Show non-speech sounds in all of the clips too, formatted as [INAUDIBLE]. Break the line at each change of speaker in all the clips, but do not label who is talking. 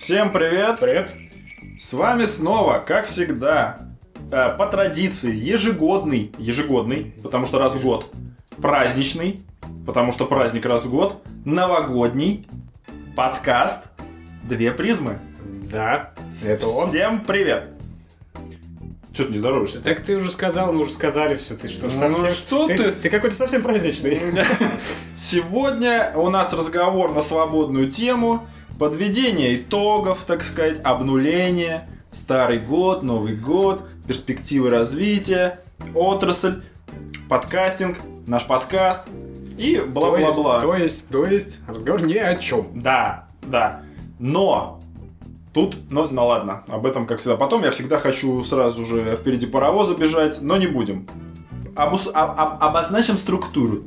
Всем привет!
Привет.
С вами снова, как всегда, э, по традиции, ежегодный, ежегодный, потому что раз в год, праздничный, потому что праздник раз в год, новогодний подкаст «Две призмы».
Да, это он.
Всем привет! Че ты не здороваешься?
Так ты уже сказал, мы уже сказали все, ты что,
Ну,
совсем...
что ты? Ну,
Ты, какой-то совсем праздничный.
[LAUGHS] Сегодня у нас разговор на свободную тему, подведение итогов, так сказать, обнуление, старый год, новый год, перспективы развития, отрасль, подкастинг, наш подкаст и
То
бла-бла-бла.
есть, то есть, разговор ни о чем.
Да, да. Но тут, ну, ну ладно, об этом как всегда потом. Я всегда хочу сразу же впереди паровоза бежать, но не будем. Обус- а- а- обозначим структуру.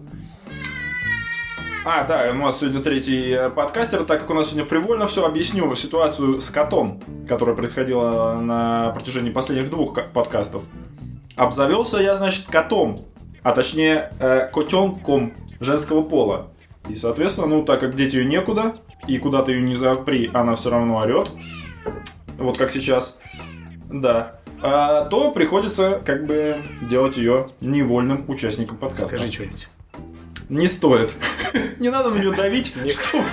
А, да, у нас сегодня третий э, подкастер, так как у нас сегодня фривольно все, объясню ситуацию с котом, которая происходила на протяжении последних двух ка- подкастов. Обзавелся я, значит, котом, а точнее э, котенком женского пола. И, соответственно, ну, так как деть ее некуда, и куда ты ее не запри, она все равно орет, вот как сейчас, да, а, то приходится как бы делать ее невольным участником подкаста.
Скажи что-нибудь.
Не стоит. Не надо на нее давить,
Не-
чтобы,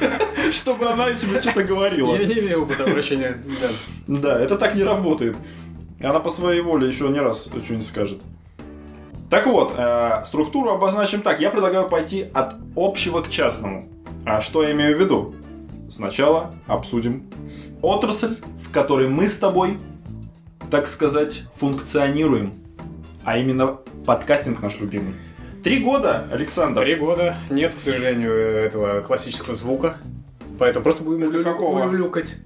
чтобы она тебе что-то говорила.
Я не имею опыта обращения. Да.
Да, это так не работает. Она по своей воле еще не раз что-нибудь скажет. Так вот, э, структуру обозначим так. Я предлагаю пойти от общего к частному. А что я имею в виду? Сначала обсудим отрасль, в которой мы с тобой, так сказать, функционируем. А именно подкастинг наш любимый. Три года, Александр.
Три года нет, к сожалению, этого классического звука. Поэтому просто будем
Это
улю-
какого?
улюлюкать.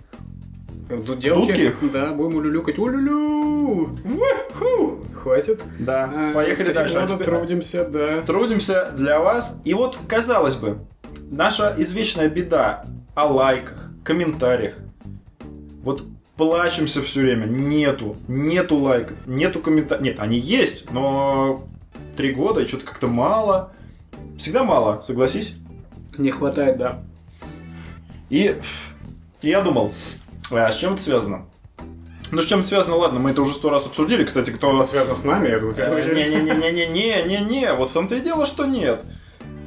Дуделки? Да, будем улюлюкать. Улюлю! Уху! Хватит.
Да,
А,
поехали
три
дальше. А
года
теперь-
трудимся, да.
Трудимся для вас. И вот, казалось бы, наша извечная беда о лайках, комментариях. Вот плачемся все время. Нету. Нету лайков, нету комментариев. Нет, они есть, но три года и что-то как-то мало. Всегда мало, согласись.
Не хватает, да.
И, и я думал, а с чем это связано? Ну, с чем это связано, ладно, мы это уже сто раз обсудили. Кстати, кто...
Это связано с нами, я
Э,
думаю, в первую очередь.
Не-не-не-не-не-не, вот в том-то и дело, что нет.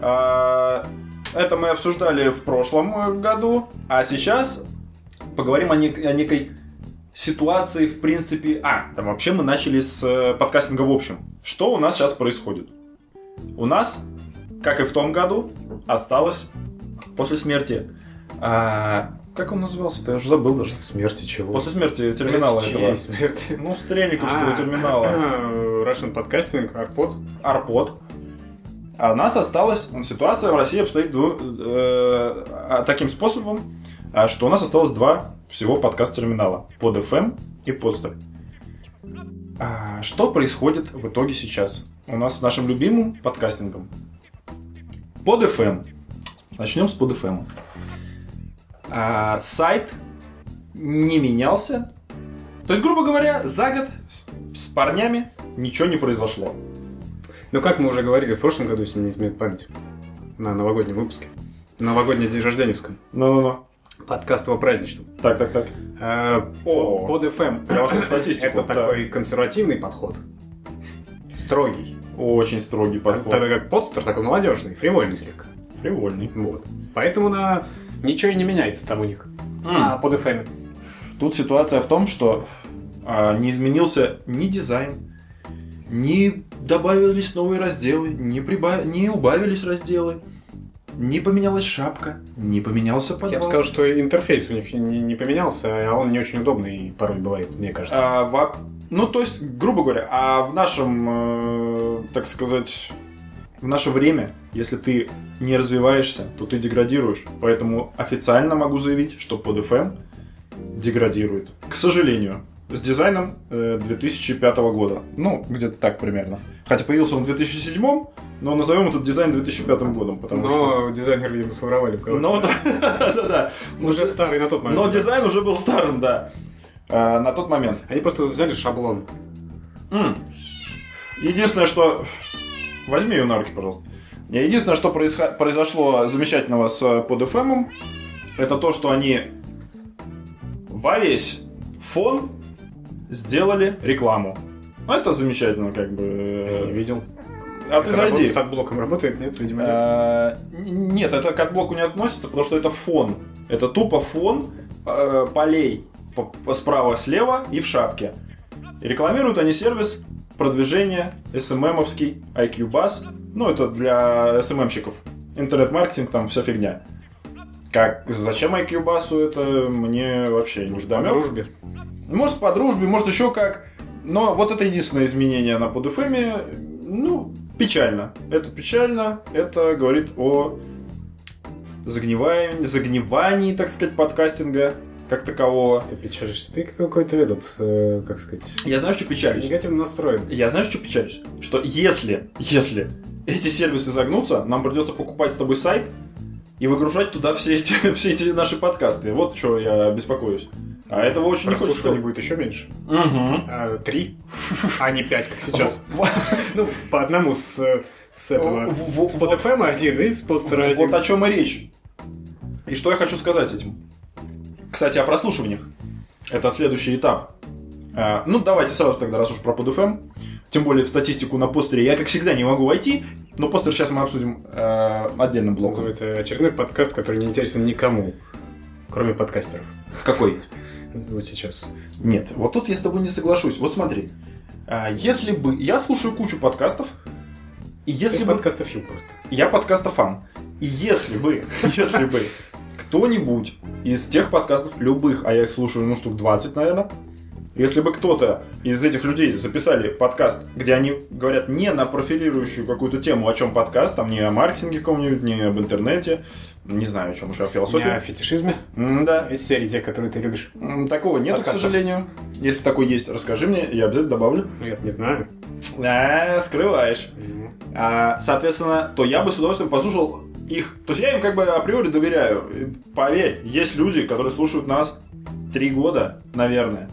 А, Это мы обсуждали в прошлом э, году, а сейчас поговорим о, нек- о некой ситуации, в принципе... А, там вообще мы начали с э, подкастинга в общем. Что у нас сейчас происходит? У нас, как и в том году, осталось после смерти... а, Как он назывался-то? Я уже забыл даже.
Смерти чего?
После смерти терминала
Чьей
этого.
смерти?
Ну, стрельниковского терминала.
А, Russian подкастинг, Арпод.
Арпод. А у нас осталась ситуация в России обстоит дву- э, а, таким способом, а, что у нас осталось два всего подкаст-терминала. Под FM и Подстер. А, Что происходит в итоге сейчас? У нас с нашим любимым подкастингом. Под FM. Начнем с под FM. А, Сайт не менялся. То есть, грубо говоря, за год с- с парнями ничего не произошло.
Ну, как мы уже говорили в прошлом году, если мне не изменяет память, на новогоднем выпуске, новогодний день рожденевском,
Ну-ну-ну.
подкастово праздничном.
Так, так, так.
Э,
О.
по- Под FM.
Я вошел в статистику,
Это
да.
такой консервативный подход. Строгий.
Очень строгий подход.
Тогда как подстер такой молодежный, фривольный слегка.
Привольный.
Вот. Поэтому на ничего и не меняется там у них. А под FM.
Тут ситуация в том, что а, не изменился ни дизайн, ни добавились новые разделы, не, приба- не убавились разделы, не поменялась шапка, не поменялся подвал.
Я бы сказал, что интерфейс у них не, не поменялся, а он не очень удобный порой бывает, мне кажется.
А, во- Ну, то есть, грубо говоря, а в нашем, э, так сказать, в наше время, если ты не развиваешься, то ты деградируешь. Поэтому официально могу заявить, что под FM деградирует. К сожалению. С дизайном э, 2005 года. Ну, где-то так примерно. Хотя появился он в 2007, но назовем этот дизайн 2005 годом, потому
Ну, [LAUGHS]
что...
дизайнер, видимо, своровали у кого-то.
Но да, [LAUGHS] да, да.
Уже старый на тот момент.
Но дизайн уже был старым, да. Э, на тот момент.
Они просто взяли шаблон.
М. Единственное, что... Возьми ее на руки, пожалуйста. Единственное, что происход- эм, произошло замечательного с э, под FM, это то, что они во весь фон сделали рекламу. Ну, это замечательно, как бы.
Я не
э,
видел.
А ты
Это
зайди.
работа С отблоком работает? Нет, видимо, нет.
А, н- Нет, это к отблоку не относится, потому что это фон. Это тупо фон э, полей по- по- справа-слева и в шапке. И рекламируют они сервис продвижения эм SMM-овский IQ Bus. Ну, это для SMM-щиков. Интернет-маркетинг, там вся фигня. Как, зачем IQ Басу это мне вообще не
Может, по
ждамёк.
дружбе.
Может, по дружбе, может, еще как. Но вот это единственное изменение на подуфеме. Ну, печально. Это печально. Это говорит о загнивании, загнивании так сказать, подкастинга как такового.
Ты печалишься. Ты какой-то этот, э, как сказать,
Я знаю, что печалюсь.
негативно настроен.
Я знаю, что печалюсь. Что если, если эти сервисы загнутся, нам придется покупать с тобой сайт и выгружать туда все эти, [LAUGHS] все эти наши подкасты. Вот что я беспокоюсь. А этого очень не хочется.
Прослушиваний будет еще меньше.
Мгм.
А, Три, а не пять, как сейчас. Ну, по одному с, э, с этого.
В- в-
С PodFM один и с постера
Вот
один.
о чем и речь. И что я хочу сказать этим. Кстати, о прослушиваниях. Это следующий этап. А, ну, давайте сразу тогда, раз уж про PodFM. Тем более в статистику на постере я, как всегда, не могу войти. Но постер сейчас мы обсудим э, отдельным блоком.
Называется очередной подкаст, который не интересен никому, кроме подкастеров.
Какой?
Вот сейчас.
Нет, вот тут я с тобой не соглашусь. Вот смотри. А, если бы... Я слушаю кучу подкастов. И если
Если
бы...
подкастов фил просто.
Я подкастофан. И если бы, [LAUGHS] если бы кто-нибудь из тех подкастов, любых, а я их слушаю, ну, штук 20, наверное, если бы кто-то из этих людей записали подкаст, где они говорят не на профилирующую какую-то тему, о чем подкаст, там не о маркетинге каком-нибудь, не об интернете, не знаю, о чем еще, о
Не о
философии.
фетишизме.
Да.
Из серии тех, которые ты любишь.
Такого нет, к
Подкастов.
сожалению. Если такой есть, расскажи мне, я обязательно добавлю.
Ну, Я не знаю.
А, скрываешь.
Ну,
А, соответственно, то я бы с удовольствием послушал их. То есть я им как бы априори доверяю. И Поверь, есть люди, которые слушают нас три года, наверное.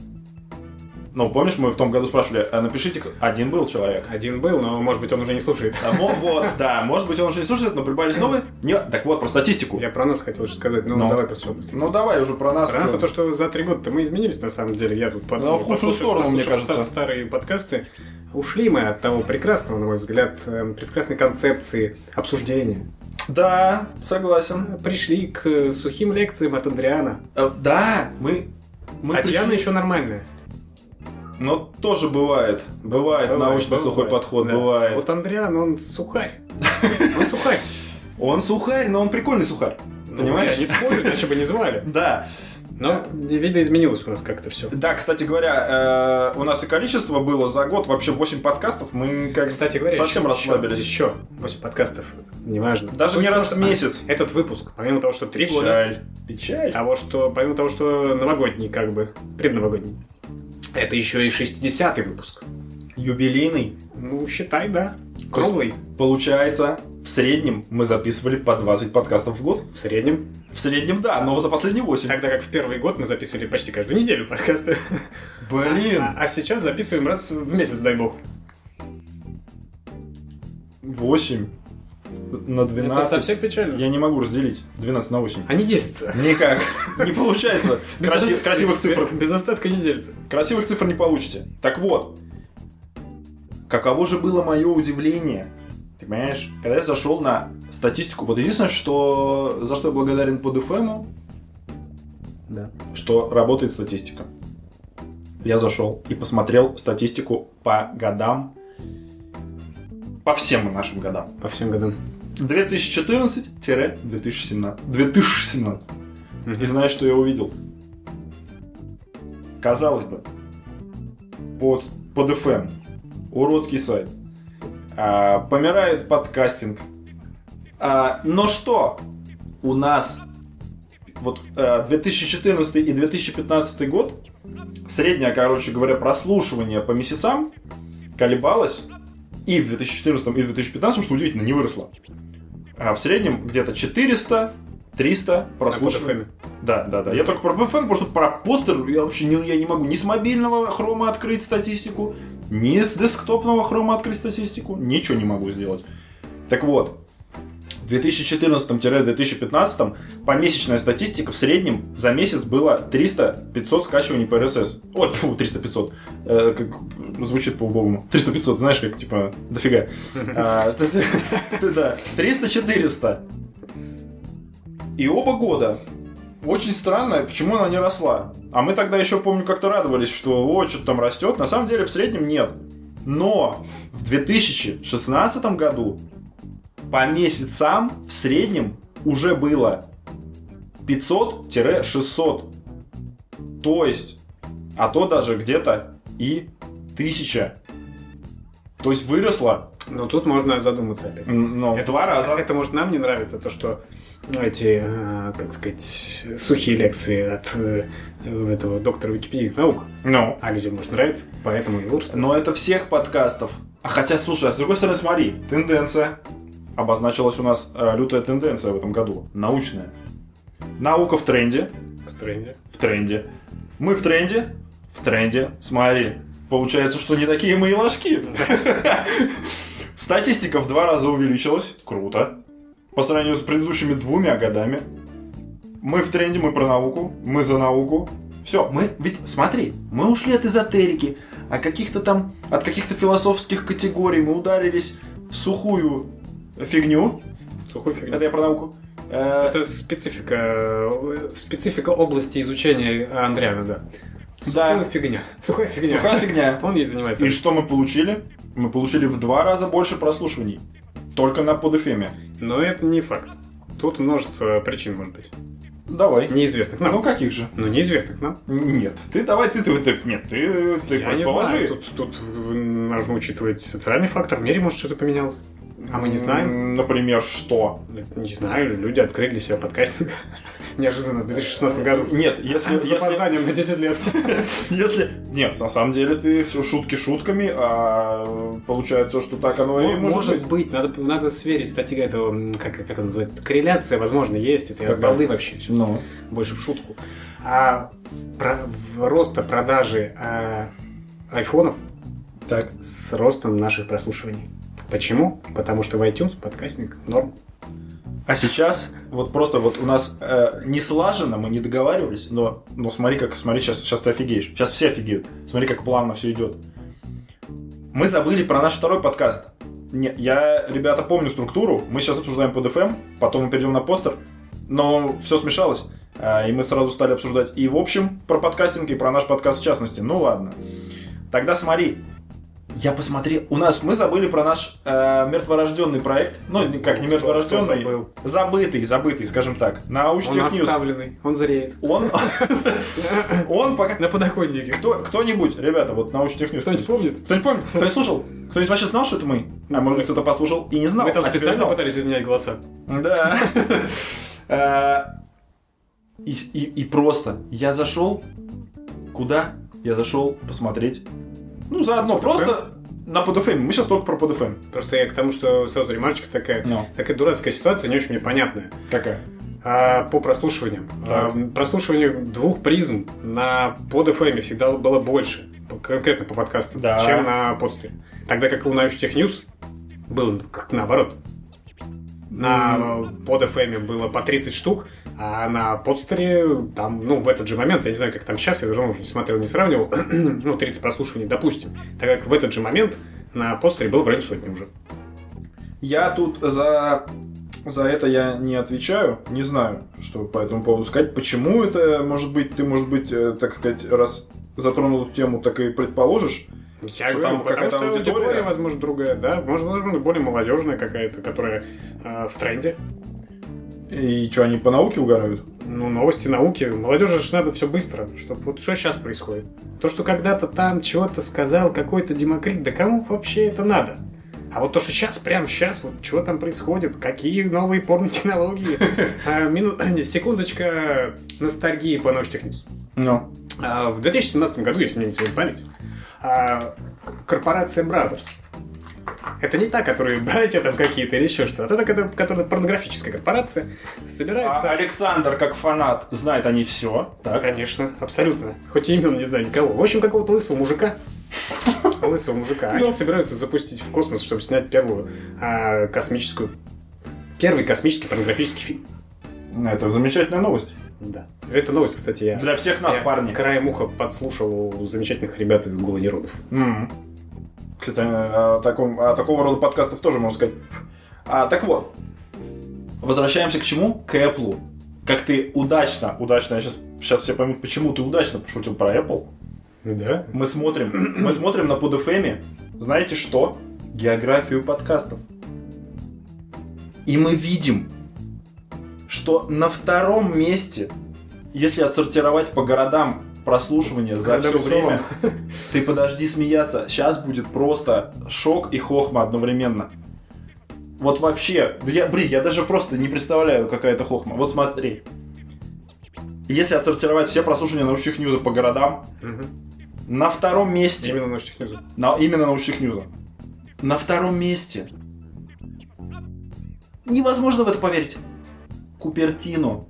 Ну, помнишь, мы в том году спрашивали, а напишите, кто- один был человек.
Один был, но, может быть, он уже не слушает.
А, мо- вот, да, может быть, он уже не слушает, но прибавились новые. Не, так вот, про статистику.
Я про нас хотел еще сказать. Ну,
Ну.
давай посмотрим. быстрее.
Ну, давай уже про нас.
Про нас
всё.
то, что за три года-то мы изменились, на самом деле. Я тут
Ну, в худшую
послушав-
сторону, мне
послушав
кажется.
ста- старые подкасты. Ушли мы от того прекрасного, на мой взгляд, эм, прекрасной концепции обсуждения.
Да, согласен.
Пришли к э, сухим лекциям от Андриана.
Э, Да, мы... мы
Татьяна
пришли-
еще нормальная.
Но тоже бывает. Бывает, научный
бывает,
сухой подход,
да.
бывает.
Вот Андриан,
[LAUGHS]
он сухарь. Он сухарь.
Он сухарь, но он прикольный сухарь.
Ну,
Понимаешь?
Я не спорю, иначе бы не звали.
Да.
Но видоизменилось у нас как-то все.
Да, кстати говоря, э, у нас и количество было за год вообще 8 подкастов. Мы как
Кстати говоря,
совсем
еще-
расслабились.
Еще 8 подкастов, неважно.
Даже
Суть
не
в том,
раз в
что
месяц.
Этот выпуск, помимо того, что а? три года, А.
Печаль.
того, что, помимо того, что новогодний, как бы, предновогодний, это еще и 60-й выпуск.
Юбилейный.
Ну, считай, да. Круглый.
Получается, в среднем мы записывали по 20 подкастов в год.
В среднем.
В среднем, да, но за последние 8.
Тогда как в первый год мы записывали почти каждую неделю подкасты. А, а сейчас записываем раз в месяц, дай бог.
8 на 12.
а. Это совсем печально.
Я не могу разделить 12 на 8.
Они делятся.
Никак. Не получается.
[LAUGHS] Без
Краси-
остатка-
Красивых цифр.
Без остатка не делятся.
Красивых цифр не получите. Так вот, каково же было мое удивление, ты понимаешь, когда я зашел на статистику. Вот единственное, что за что я благодарен под FM,
Да.
что работает статистика. Я зашел и посмотрел статистику по годам, по всем нашим годам.
По всем годам.
2014-2017. 2017. И знаешь, что я увидел? Казалось бы, под, под FM, уродский сайт, а, помирает подкастинг. А, но что у нас вот э, 2014 и 2015 год, среднее, короче говоря, прослушивание по месяцам колебалось и в 2014 и в 2015, что удивительно, не выросло. А в среднем где-то 400 300 прослушиваний.
Послушаем.
Да, да, да. Я только про BFN, потому что про постер я вообще не, я не могу ни с мобильного хрома открыть статистику, ни с десктопного хрома открыть статистику. Ничего не могу сделать. Так вот, в 2014-2015 помесячная статистика в среднем за месяц было 300-500 скачиваний по RSS. Ой, фу, 300-500. Э, как звучит по-убогому. 300-500, знаешь, как типа дофига. А, ты- [LAUGHS] ты- ты- Да, 300-400. И оба года. Очень странно, почему она не росла. А мы тогда еще, помню, как-то радовались, что о, что-то там растет. На самом деле в среднем нет. Но в 2016 году по месяцам в среднем уже было 500-600. То есть, а то даже где-то и 1000. То есть выросло
Но тут можно задуматься опять.
м, ну, в
Это-
два раза.
Это, может, нам не нравится, то, что эти, э, как сказать, сухие лекции от э, этого доктора Википедии наук,
Ну.
а людям, может, нравится, поэтому и вырос.
Но это всех подкастов. А хотя, слушай, а с другой стороны, смотри, тенденция. Обозначилась у нас э, лютая тенденция в этом году. Научная. Наука в тренде.
В тренде.
В тренде. Мы в тренде. В тренде. Смотри. Получается, что не такие мы и ложки. [LAUGHS] Статистика в два раза увеличилась. Круто. По сравнению с предыдущими двумя годами. Мы в тренде, мы про науку, мы за науку. Все, мы ведь, смотри, мы ушли от эзотерики, а каких-то там, от каких-то философских категорий мы ударились в сухую фигню.
Сухой фигня.
Это я про науку. Э,
Это специфика, э, специфика области изучения Андриана, да.
Да.
Сухая фигня. Сухая фигня.
сухая фигня.
Он ей занимается.
И что мы получили? Мы получили в два раза больше прослушиваний. Только на Эм. подэфеме.
Но это не факт. Тут множество причин, может быть.
Давай.
Неизвестных нам.
Ну каких же?
Но неизвестных нам.
Нет. Ты давай, ты, ты, ты- нет, ты, ты
Я не
предположи.
знаю. Тут, тут э, нужно учитывать социальный фактор. В мире, может, что-то поменялось. А мы не знаем.
М, Например, что?
Не знаю, люди открыли для себя подкастинг. [LAUGHS] Неожиданно, в 2016 году.
Нет, Ну, если...
[LAUGHS] С
если,
запозданием на 10 лет.
если- Нет, на самом деле ты все шутки шутками, а получается, что так оно и [LAUGHS]
Может,
может быть.
быть, надо, надо сверить статьи этого, м, как, как это называется, это корреляция, возможно, есть, это я от
Какая?
балды вообще сейчас,
Ну.
больше в шутку. А про- роста продажи а, айфонов
Так.
с ростом наших прослушиваний. Почему? Потому что в iTunes подкастинг норм.
А сейчас вот просто вот у нас э, не слажено, мы не договаривались, но, но смотри, как смотри, сейчас, сейчас ты офигеешь. Сейчас все офигеют. Смотри, как плавно все идет. Мы забыли про наш второй подкаст. Не, я, ребята, помню структуру. Мы сейчас обсуждаем под FM, потом мы перейдем на постер, но все смешалось. а, И мы сразу стали обсуждать и в общем про подкастинг, и про наш подкаст в частности. Ну ладно. Тогда смотри, я посмотрел. У нас мы забыли про наш э, мертворожденный проект. Ну, не- как не
Кто-
мертворожденный.
кто забыл?
Забытый, забытый, скажем так.
Он
Научных Ньюс.
оставленный,
[LAUGHS]
он зреет.
Он, он пока...
На подоконнике.
Кто, кто-нибудь, ребята, вот Научных Ньюс.
Кто-нибудь помнит?
Кто-нибудь помнит? Кто-нибудь слушал? Кто-нибудь вообще знал, что это мы? А может быть, кто-то послушал и не знал.
Мы там
а теперь
Ну, специально
знал.
пытались изменять голоса.
Да. [LAUGHS] Э, И, и- и просто я зашел. Куда? Я зашел посмотреть. Ну, заодно,
Под FM?
просто на подуфэме. Мы сейчас только про подуфэм.
Просто я к тому, что сразу ремарочка такая.
Ну,
Такая дурацкая ситуация, не очень мне понятная.
какая?
А, по прослушиваниям.
Так.
А, прослушивание двух призм на под FM всегда было больше, по- конкретно по подкастам,
Да.
чем на подстере. Тогда как у научных News было как наоборот. На под FM было по 30 штук, а на подстере там, ну, в этот же момент, я не знаю, как там сейчас, я уже уже не смотрел, не сравнивал, [CLEARS THROAT] ну, 30 прослушиваний, допустим. Тогда как в этот же момент на подстере было в районе сотни уже.
Я тут за... За это я не отвечаю, не знаю, что по этому поводу сказать. Почему это, может быть, ты, может быть, э, так сказать, раз затронул эту тему, так и предположишь.
Я
Что
говорю,
там
потому
какая-то
что аудитория,
аудитория,
возможно, другая, да, может, возможно, более молодежная какая-то, которая э, в тренде.
И что, они по науке угорают?
Ну, новости, науки. Молодежи же надо все быстро, чтобы вот что сейчас происходит. То, что когда-то там чего-то сказал какой-то демокрит, да кому вообще это надо? А вот то, что сейчас, прямо сейчас, вот что там происходит, какие новые порнотехнологии. А, мину- не, Секундочка ностальгии по научтехнике.
Ну.
А, В 2017 году, если мне не изменит память, а, к- корпорация Brothers. Это не та, [LAUGHS] которая братья там какие-то или еще что. А это, которая- которая порнографическая корпорация собирается...
А Александр, как фанат, знает они все.
Да, А, конечно, абсолютно. Хоть и имен не знаю никого. В общем, какого-то
[LAUGHS]
лысого мужика.
Ну.
Лысого мужика. Они собираются запустить в космос, чтобы снять первую а, космическую Первый космический порнографический фильм.
Это замечательная новость. Э,
Да. Это новость, кстати, я...
Для всех нас,
я
парни.
краем уха подслушал у замечательных ребят из «Гула Неродов».
М. Кстати, о, таком, о такого рода подкастов тоже можно сказать. А, так вот, возвращаемся к чему? К Apple. Как ты удачно, удачно, я сейчас, сейчас все поймут, почему ты удачно пошутил про Apple.
Да?
Мы смотрим, [CLEARS THROAT] мы смотрим на PodFM, знаете что? Географию подкастов. И мы видим, что на втором месте, если отсортировать по городам прослушивания за
Городам
все
и селам.
время, ты подожди смеяться, сейчас будет просто шок и хохма одновременно. Вот вообще, ну я, блин, я даже просто не представляю, какая это хохма. Вот смотри. Если отсортировать все прослушивания научных ньюза по городам,
Мгм.
на втором месте
Именно ночь технизм.
на, именно научных ньюза. На втором месте. Невозможно в это поверить. Купертино.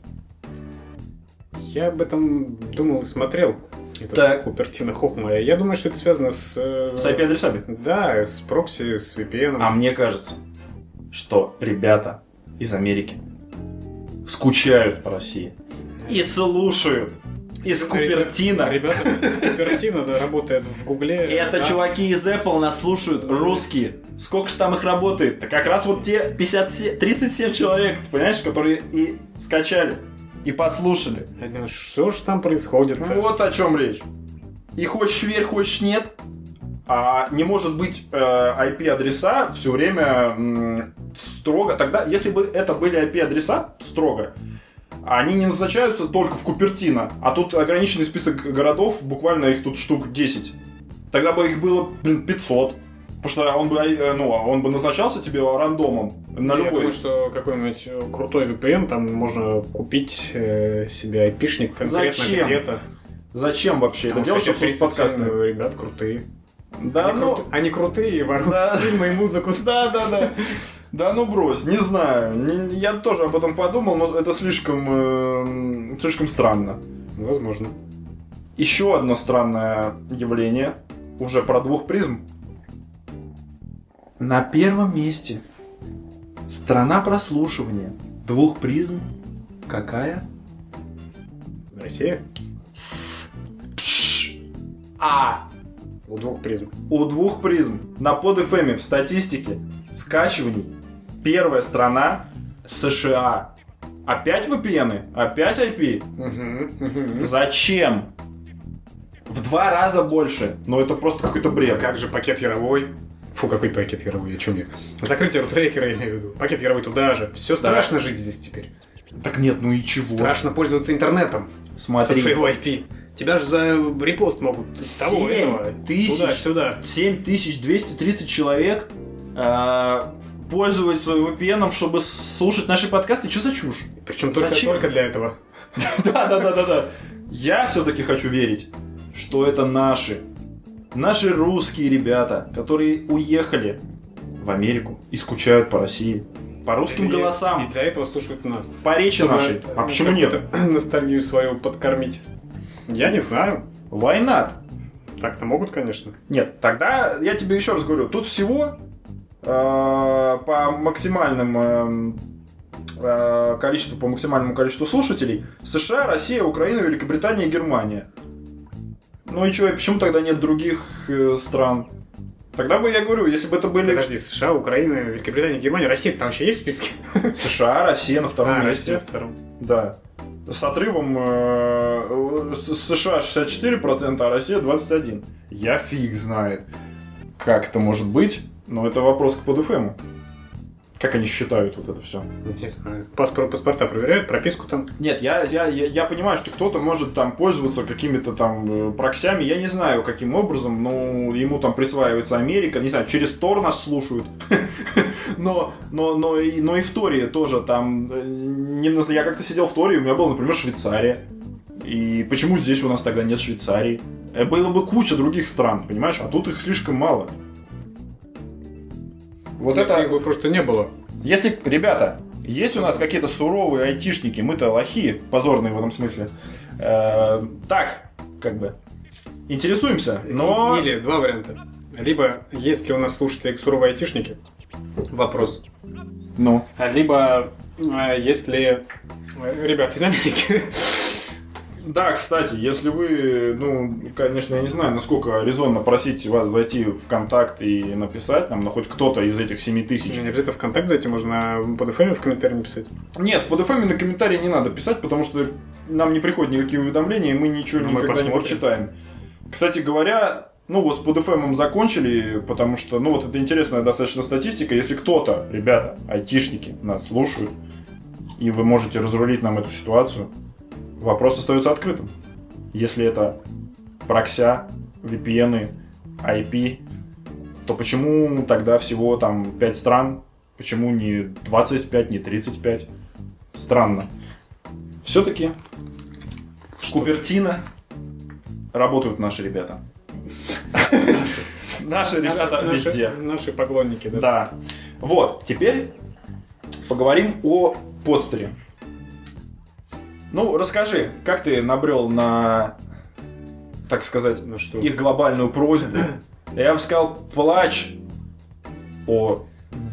Я об этом думал и смотрел. Это
Так.
Купертина Хохма. Я думаю, что это связано с... э,
С IP-адресами.
Да, с прокси, с VPN.
А мне кажется, что ребята из Америки скучают по России. И слушают из Купертино.
Ребята, Купертина, да, работает в Гугле.
Это
да.
чуваки из Apple нас слушают, русские. Сколько же там их работает? Да как раз вот те 57, 37 человек, ты понимаешь, которые и скачали, и послушали.
Я думаю, Что же там происходит?
Вот о чем речь. И хочешь верь, хочешь нет. А не может быть э, IP-адреса все время м, строго. Тогда, если бы это были IP-адреса строго, они не назначаются только в Купертино, а тут ограниченный список городов, буквально их тут штук 10. Тогда бы их было, блин, 500. Потому что он бы, э, ну, он бы назначался тебе рандомом на
Я
любой.
думаю, что какой-нибудь э, крутой VPN там можно купить э, себе айпишник конкретно
Зачем?
где-то.
Зачем вообще
Потому
это делать,
что
чтобы слушать
37
подкасты?
ребят крутые.
Да,
они,
ну,
крут- они крутые и воруют
Да.
фильмы и музыку.
[LAUGHS] Да, да, да. Да ну брось, не знаю. Не- я тоже об этом подумал, но это слишком, эм, слишком странно.
Возможно.
Еще одно странное явление, уже про двух призм. На первом месте страна прослушивания двух призм какая?
Россия
С. Ш. А.
у двух призм.
У двух призм на PodFM в статистике скачиваний первая страна США. Опять VPN? Опять IP? Зачем? В два раза больше. Но это просто какой-то
А
бред.
как же пакет яровой? Фу, какой пакет яровой, о чем я? Закрытие рутрекера я имею в виду. Пакет яровой туда же. Все страшно жить здесь теперь.
Так нет, ну и чего?
Страшно пользоваться интернетом
Смотри.
со своего IP. Тебя же за репост могут
Семь
того этого.
тысяч.
Туда-сюда.
7230 человек э, пользуются VPN, чтобы слушать наши подкасты. Что за чушь?
Причем только,
Зачем?
только для этого.
Да, да, да, да, да. Я все-таки хочу верить, что это наши. Наши русские ребята, которые уехали в Америку и скучают по России. По русским
И-
голосам,
И для этого слушают нас.
по речи
Чтобы,
нашей.
э,
А почему нет?
какую-то [CLEARS THROAT] Ностальгию свою подкормить. Я не знаю.
Why not?
Так-то могут, конечно.
Нет, тогда я тебе еще раз говорю, тут всего э, по максимальным эм, э, количеству, по максимальному количеству слушателей США, Россия, Украина, Великобритания и Германия. Ну и чё, и почему тогда нет других э, стран? Тогда бы я говорю, если бы это были
Подожди, США, Украина, Великобритания, Германия, Россия там вообще есть в списке?
[LAUGHS] США, Россия на втором
А,
месте.
Россия втором.
Да. С отрывом э, э, с- США 64%, а Россия 21%. Я фиг знает. Как это может быть? Но это вопрос к подуфему. Как они считают вот это все?
Не знаю. Паспорт, паспорта проверяют, прописку там.
Нет, я, я, я, я понимаю, что кто-то может там пользоваться какими-то там э, проксями. Я не знаю, каким образом, но ему там присваивается Америка. Не знаю, через Тор нас слушают. [LAUGHS] Но, но, но, и, но и в Торе тоже там... э, не наз- я как-то сидел в Торе, и у меня была, например, Швейцария. И почему здесь у нас тогда нет Швейцарии? Э, Было бы куча других стран, понимаешь? А тут их слишком мало. Вот это...
Их бы просто не было.
Если, ребята, есть у нас какие-то суровые айтишники, мы-то лохи, позорные в этом смысле. Э, так, как бы. Интересуемся, но...
Или два варианта. Либо, есть ли у нас слушатели суровые айтишники? Вопрос.
Ну,
А Либо э, если э, ребята из Америки.
Да, кстати, если вы, ну, конечно, я не знаю, насколько резонно просить вас зайти в контакт и написать нам, но хоть кто-то из этих 7 тысяч.
Не обязательно ВКонтакт зайти, можно под FM в комментарии написать.
Нет, в Vodafone на комментарии не надо писать, потому что нам не приходят никакие уведомления, и мы ничего
Ну, мы
никогда не
посмотрим.
прочитаем. Кстати говоря, ну вот с PodFM закончили, потому что, ну вот это интересная достаточно статистика. Если кто-то, ребята, айтишники нас слушают, и вы можете разрулить нам эту ситуацию, вопрос остается открытым. Если это прокся, VPN, IP, то почему тогда всего там 5 стран? Почему не 25, не 35? Странно. Все-таки Кубертина работают наши ребята. Наши ребята
Наши-
везде.
Наши поклонники, да.
Да. Вот, теперь поговорим о подстере. Ну, расскажи, как ты набрел на, так сказать,
Ну что?
их глобальную просьбу. Я бы сказал, плач о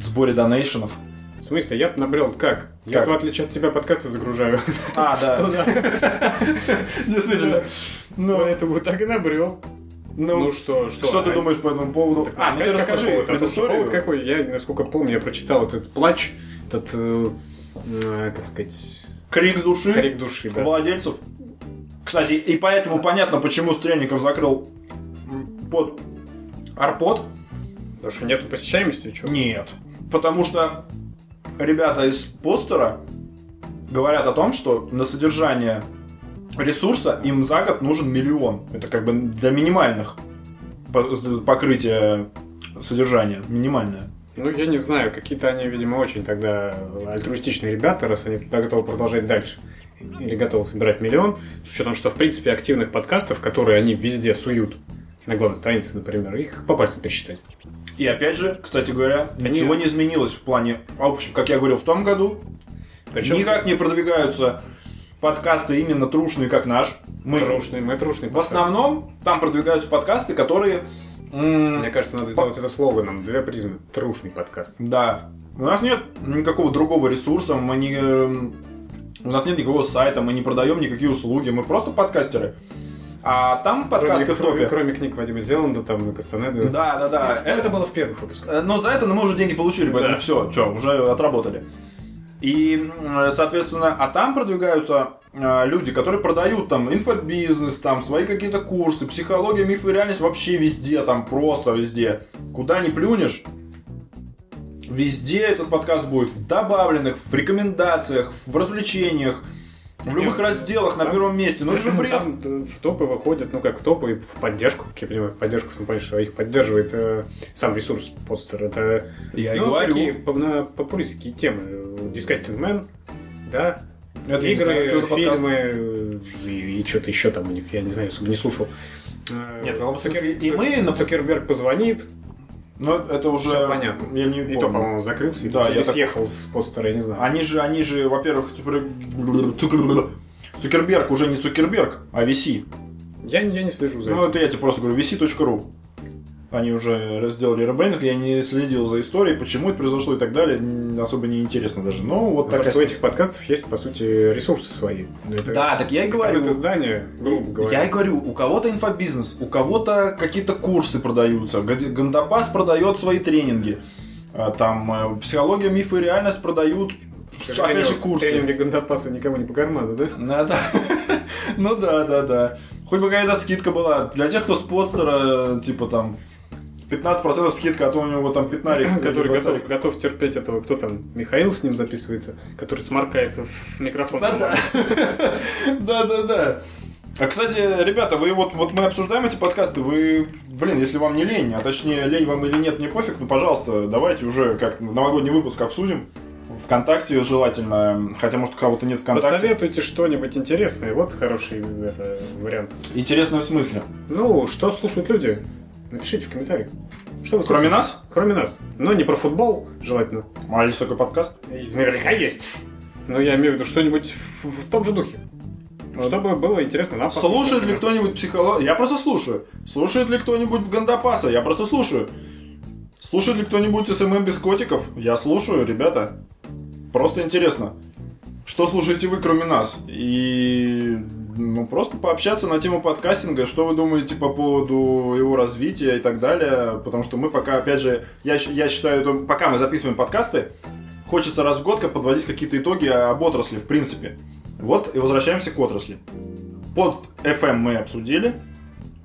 сборе донейшенов.
В смысле, я набрел как? Я,
Как?
в отличие от тебя, подкасты загружаю. Ну
А, [LAUGHS] да.
Действительно.
Ну,
Поэтому так и набрел. Ну
ну,
что, что?
что ты
а-
думаешь по этому поводу?
Так,
А, ну ты
сказать, какой
расскажи
повод? А то, что повод
предысторию.
какой? Я, насколько помню, я прочитал вот этот плач, этот, э, э, как сказать,
Крик души
крик души, да.
владельцев. Кстати, и поэтому понятно, почему Стрельников закрыл м, под Арпод.
Потому что нету посещаемости, что?
Нет. Потому что ребята из постера говорят о том, что на содержание ресурса им за год нужен миллион. Это как бы для минимальных по- с- покрытия содержания. Минимальное.
Ну, я не знаю, какие-то они, видимо, очень тогда альтруистичные ребята, раз они туда готовы продолжать дальше или готовы собирать миллион, с учетом, что, в принципе, активных подкастов, которые они везде суют, на главной странице, например, их по пальцам пересчитать.
И опять же, кстати говоря,
Они-
ничего не изменилось в плане, а, в общем, как я говорил, в том году
Причем
никак не продвигаются подкасты именно трушные, как наш. Мы
мы трушные, мы трушные.
в
подкасты.
основном там продвигаются подкасты, которые м,
Мне кажется, надо сделать это слоганом. Две призмы. Трушный подкаст.
Да. У нас нет никакого другого ресурса, мы не... эм, У нас нет никакого сайта, мы не продаем никакие услуги, мы просто подкастеры. А там подкасты
кроме,
в топе.
кроме- кроме книг Вадима Зеланда, там и Кастанеды.
Да, да, да.
Ну, Это было в первых выпусках.
Э, Но за это ну, мы уже деньги получили, поэтому
Да.
все, что, уже отработали. И, м, соответственно, а там продвигаются э, люди, которые продают там инфобизнес, там свои какие-то курсы, психология, мифы и реальность вообще везде, там просто везде. Куда не плюнешь, везде этот подкаст будет в добавленных, в рекомендациях, в развлечениях, в любых
Нет.
разделах на
Да.
первом месте. Ну это
[CLEARS THROAT]
же бред.
Там э, в топы выходят, ну как в топы, в поддержку, как я понимаю, в поддержку, в том плане, что их поддерживает э, сам ресурс подстер. Это
Я и
ну,
говорю.
такие по- на популистские темы. Disgusting Man, да,
Это я не
игры,
знаю, что за подкаст.
фильмы э, и, что-то еще там у них, я не знаю, особо не слушал. Э,
Нет, в каком
Цукер-
смысле? И мы, например,
Цукерберг позвонит,
Ну, это уже...
Всё понятно.
Я не
и
помню.
то, по-моему, закрылся, и
Да,
потом
я
не
так-
съехал с подстера, я не знаю.
Они же, они же, во-первых, Цукер- Цукер- Цукерберг уже не Цукерберг, а VC.
Я, я не слежу за
Ну,
этим.
это я тебе просто говорю, vc.ru. Они уже сделали ребрендинг, я не следил за историей, почему это произошло и так далее, н- особо не интересно даже. Ну, вот
Потому
такая...
что у этих подкастов есть, по сути, ресурсы свои. Это-
Да, так я и говорю.
Это здание, грубо говоря.
Я и говорю, у кого-то инфобизнес, у кого-то какие-то курсы продаются, Ганди- Гандапас продает свои тренинги, А, там э, психология, мифы и реальность продают,
К сожалению,
опять же, курсы.
Тренинги Гандапаса никому не по карману, да?
Ну да. Ну да, да, да. Хоть бы какая-то скидка была. Для тех, кто с подстера, э, типа там 15% скидка, а то у него там пятнарик.
Который
или
готов,
двадцатик.
готов терпеть этого. Кто там? Михаил с ним записывается, который сморкается в микрофон.
Да, да. Да, да, да. А, кстати, ребята, вы вот, вот мы обсуждаем эти подкасты, вы, блин, если вам не лень, а точнее, лень вам или нет, мне пофиг, ну, пожалуйста, давайте уже как новогодний выпуск обсудим. Вконтакте желательно, хотя, может, у кого-то нет ВКонтакте.
Посоветуйте что-нибудь интересное. Вот хороший это, вариант.
Интересно в смысле?
Ну, что слушают люди? Напишите в комментариях. Что вы
Кроме
слушаете?
нас?
Кроме нас. Но не про футбол, желательно.
А есть такой подкаст?
И Наверняка есть. Но я имею в виду что-нибудь в, в том же духе. Чтобы было интересно нам
Слушает ли
послушать,
кто-нибудь психолога? Я просто слушаю. Слушает ли кто-нибудь Гандапаса? эм Я просто слушаю. Слушает ли кто-нибудь СММ без котиков? Я слушаю, ребята. просто интересно, что слушаете вы, кроме нас? И ну, просто пообщаться на тему подкастинга, что вы думаете по поводу его развития и так далее, потому что мы пока, опять же, я, щ- я считаю, это- пока мы записываем подкасты, хочется раз в год как подводить какие-то итоги об отрасли, в принципе. Вот и возвращаемся к отрасли. Под FM мы обсудили,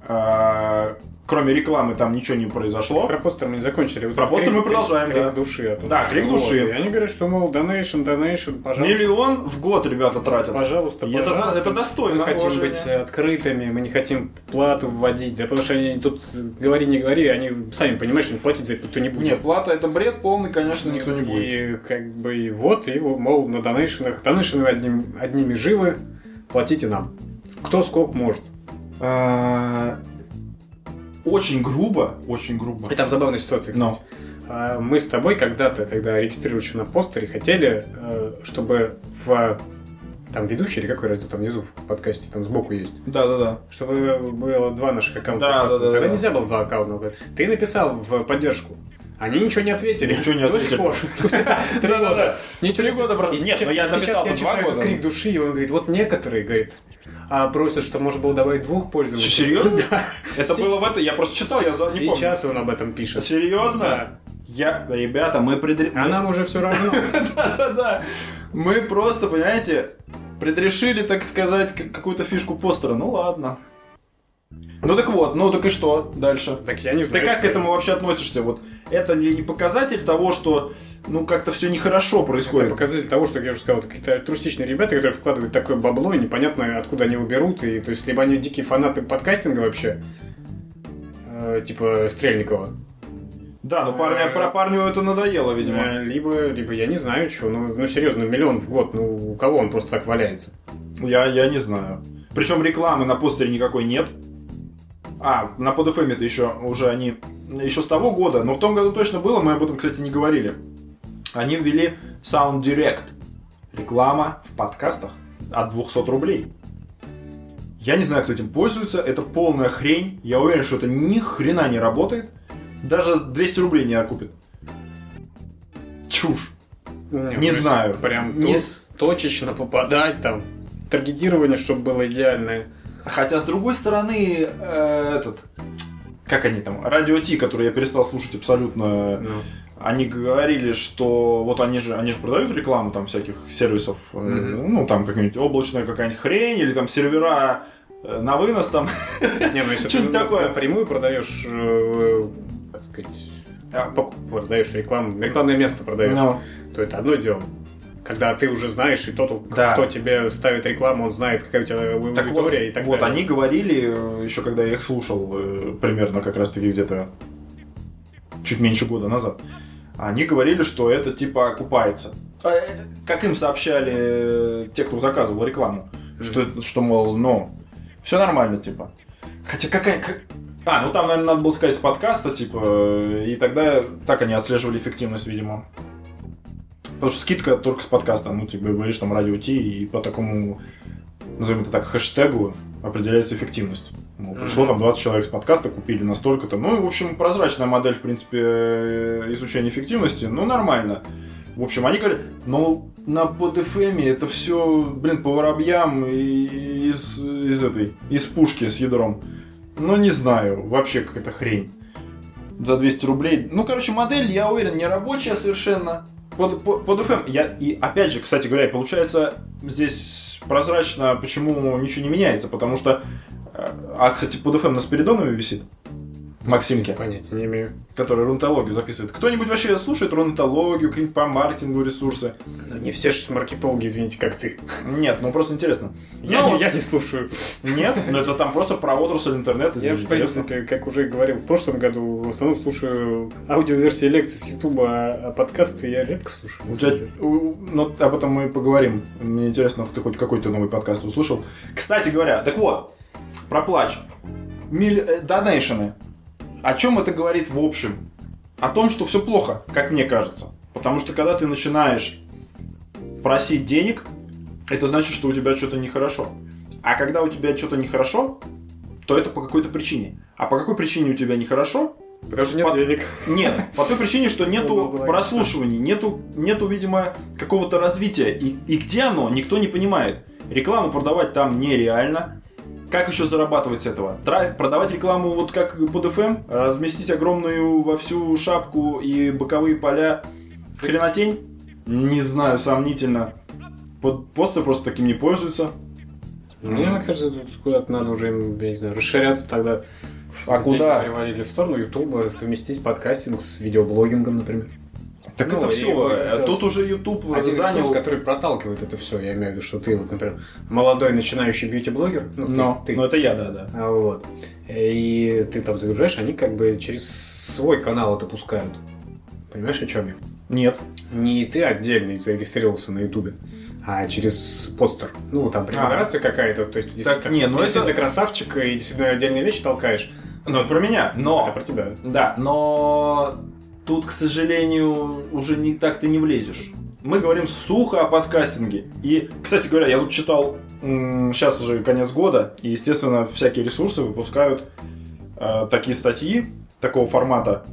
А, кроме рекламы там ничего не произошло.
Про постер мы не закончили. Вот
Про
этот
постер
крик-
мы продолжаем,
крик
да.
души. а то-
Да, крик
Вот,
души.
и они говорят, что, мол, донейшн, донейшн, пожалуйста.
Миллион в год ребята тратят.
Пожалуйста,
И это, за-
пожалуйста.
это
Мы
достойно.
хотим
вложения.
быть открытыми, мы не хотим плату вводить, да, потому что они тут э, говори, не говори, они сами понимают, что платить за это никто не будет.
Нет, плата это бред полный, конечно, никто не будет.
И как бы и вот, и вот, мол, на донейшенах, донейшены одним, одними живы, платите нам. Кто сколько может.
А, Очень грубо, очень грубо.
И там забавная ситуация, кстати.
Но.
А, Мы с тобой когда-то, когда регистрировали еще на постере, хотели, э, чтобы в там ведущий или какой раздел там внизу в подкасте, там сбоку есть,
Да, да, да.
чтобы было два наших аккаунта.
Да,
Просто
да, да,
Тогда
да.
нельзя было два аккаунта. Ты написал в поддержку. Они ничего не ответили.
Ничего не
До сих
ответили. [LAUGHS]
пор.
Да,
Три
да,
года.
да.
Ничего
Три года просто.
И
Нет,
сейчас-
но я
сейчас
написал
я
по два
читаю этот
года.
крик души, и он говорит, вот некоторые, говорит, а просят, что можно было добавить двух
Чё,
пользователей.
серьезно?
[LAUGHS] Да.
Это
Сейчас-
было в это. Я просто читал, я за- не помню.
Сейчас он об этом пишет.
Серьезно?
Да.
Я, ребята, мы предрешили.
А нам уже все равно.
[LAUGHS] Да-да-да. Мы просто, понимаете, предрешили, так сказать, как- какую-то фишку постера. Ну ладно. Ну так вот, ну так и что дальше? э,
Так я не
Ты
знаю.
как к этому вообще относишься? Вот это не не показатель того, что ну как-то все нехорошо
Это
происходит.
показатель того, что, как я уже сказал, это какие-то альтруистичные ребята, которые вкладывают такое бабло, и непонятно, откуда они его берут. И, то есть, либо они дикие фанаты подкастинга вообще, э, типа Стрельникова,
Да, ну парня,
Э,
про парню это надоело, видимо.
Э, либо, либо я не знаю, чего. Ну, ну серьезно, миллион в год, ну, у кого он просто так валяется?
Я, я не знаю. Причем рекламы на постере никакой нет. А, на PodFM это еще уже они еще с того года, но в том году точно было, мы об этом, кстати, не говорили. Они ввели Sound Direct. Реклама в подкастах от 200 рублей. Я не знаю, кто этим пользуется, это полная хрень. Я уверен, что это ни хрена не работает. Даже 200 рублей не окупит. Чушь.
Не,
Не знаю.
Ну, Прям
Не
тут
с-
точечно попадать там. Таргетирование, чтобы было идеальное.
Хотя, с другой стороны, э, этот... Как они там? Радио Ти, который я перестал слушать абсолютно...
Ну,
Они говорили, что вот они же, они же продают рекламу там всяких сервисов, э,
Мгм.
ну там какая-нибудь облачная какая-нибудь хрень, или там сервера э, на вынос там.
Не, ну [LAUGHS] если ты
Что-нибудь такое.
напрямую продаешь, э, как сказать,
А,
покуп- продаешь рекламу, рекламное место продаешь.
Ну,
то это одно дело. Когда ты уже знаешь, и тот,
Да.
кто тебе ставит рекламу, он знает, какая у тебя
Так вот,
аудитория и так
вот
далее.
они говорили, еще когда я их слушал, э, примерно как раз-таки где-то чуть меньше года назад, они говорили, что это типа окупается. А, э, Как им сообщали э, те, кто заказывал рекламу,
Мгм.
что, что мол, ну, все нормально, типа. Хотя какая... как- А, ну там, наверное, надо было сказать с подкаста, типа, э, и тогда так они отслеживали эффективность, видимо. Потому что скидка только с подкаста, ну, ты говоришь там радио Ти, и по такому, назовем это так, хэштегу определяется эффективность. Мол, пришло там 20 человек с подкаста, купили настолько-то. Ну, в общем, прозрачная модель, в принципе, э, изучения эффективности, ну, нормально. В общем, они говорят, ну, на подфм это все, блин, по воробьям и из, из этой, из пушки с ядром. Ну, не знаю, вообще какая-то хрень. За 200 рублей. Ну, короче, модель, я уверен, не рабочая совершенно. Под, по- под FM. Я, и опять же, кстати говоря, получается здесь прозрачно, почему ничего не меняется. Потому что... э, А, кстати, под FM на Спиридонове висит. Максимке
Понятия не имею.
который рунтологию записывает. Кто-нибудь вообще слушает рунтологию, какие-нибудь по маркетингу ресурсы?
Ну, не все же маркетологи, извините, как ты. [LAUGHS]
Нет, ну просто интересно.
Я,
Ну,
не, я не слушаю.
Нет, но это там просто про отрасль интернета.
Я,
это
в
же интересно.
принципе, как уже говорил в прошлом году, в основном слушаю аудиоверсии лекций с Ютуба, а подкасты я редко слушаю.
У тебя- у- ну, об этом мы поговорим. Мне интересно, ты хоть какой-то новый подкаст услышал. Кстати говоря, так вот, про плач. Миль... э, Донейшены. О чем это говорит в общем? О том, что все плохо, как мне кажется. Потому что когда ты начинаешь просить денег, это значит, что у тебя что-то нехорошо. А когда у тебя что-то нехорошо, то это по какой-то причине. А по какой причине у тебя нехорошо,
Потому что нет
Под-
денег.
Нет, по той причине, что
было бы
нету
логично.
прослушиваний, нету, нету, видимо, какого-то развития. И, и где оно, никто не понимает. Рекламу продавать там нереально. Как еще зарабатывать с этого? Тра- продавать рекламу вот как под FM, разместить огромную во всю шапку и боковые поля хренотень? Не знаю, сомнительно. Под, посты просто таким не пользуются.
Ну, Мне кажется, тут куда-то надо уже, им, я не знаю, расширяться тогда.
А
Деньги
куда?
Переводили в сторону Ютуба, совместить подкастинг с видеоблогингом, например.
Так
Ну,
это
и вот это
все.
вот
Тут уже YouTube
Один
занял...
ресурс, который проталкивает это все. Я имею в виду, что ты, вот, например, молодой начинающий бьюти-блогер. Ну, ты-
Но,
ты.
но это я, да, да.
А, Вот. И ты там загружаешь, они как бы через свой канал это пускают. Понимаешь, о чем я?
Нет.
Не ты отдельно зарегистрировался на Ютубе, а через подстер. Ну, там препарация какая-то, то есть ты
А. Так,
действительно,
не, ну
ты действительно
это-
красавчик и действительно отдельные вещи толкаешь.
Ну, это про меня. Но...
Это про тебя.
Да, но тут, к сожалению, уже не так ты не влезешь. Мы говорим сухо о подкастинге. И, кстати говоря, я тут читал, сейчас уже конец года, и, естественно, всякие ресурсы выпускают э, такие статьи такого формата,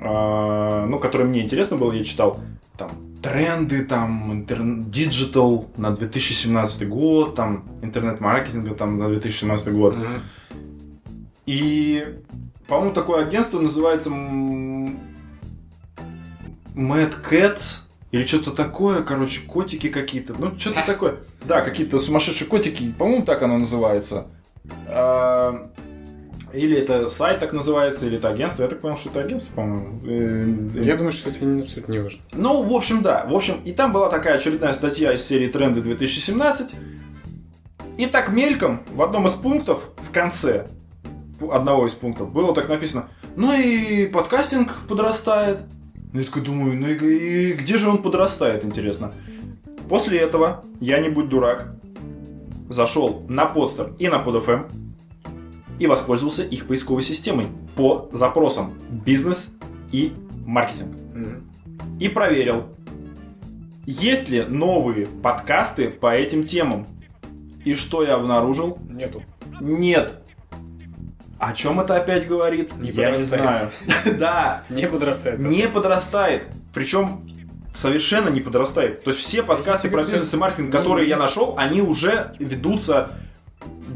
э, ну, которые мне интересно было, я читал, там, тренды, там, диджитал на 2017 год, там, интернет-маркетинга, там, на 2017 год.
Мгм.
И, по-моему, такое агентство называется м, Mad Cats или что-то такое, короче, котики какие-то. Ну, что-то такое. Да, какие-то сумасшедшие котики, по-моему, так оно называется. А, Или это сайт так называется, или это агентство. Я так понял, что это агентство, по-моему. Э, э,
Я думаю, что это не- абсолютно не важно.
ну, в общем, да. В общем, и там была такая очередная статья из серии «Тренды 2017». И так мельком в одном из пунктов, в конце пу- одного из пунктов, было так написано «Ну и подкастинг подрастает». Ну, я такой думаю, ну и и где же он подрастает, интересно? После этого я, не будь дурак, зашел на подстер и на под.фм и воспользовался их поисковой системой по запросам «Бизнес» и «Маркетинг»
Мгм.
и проверил, есть ли новые подкасты по этим темам. И что я обнаружил?
Нету.
Нет. О чем это опять говорит?
Не
я не знаю. [LAUGHS]
подрастает.
Да,
Не подрастает.
не подрастает. Причем совершенно не подрастает. То есть все подкасты про бизнес и маркетинг, которые я нашел, они уже ведутся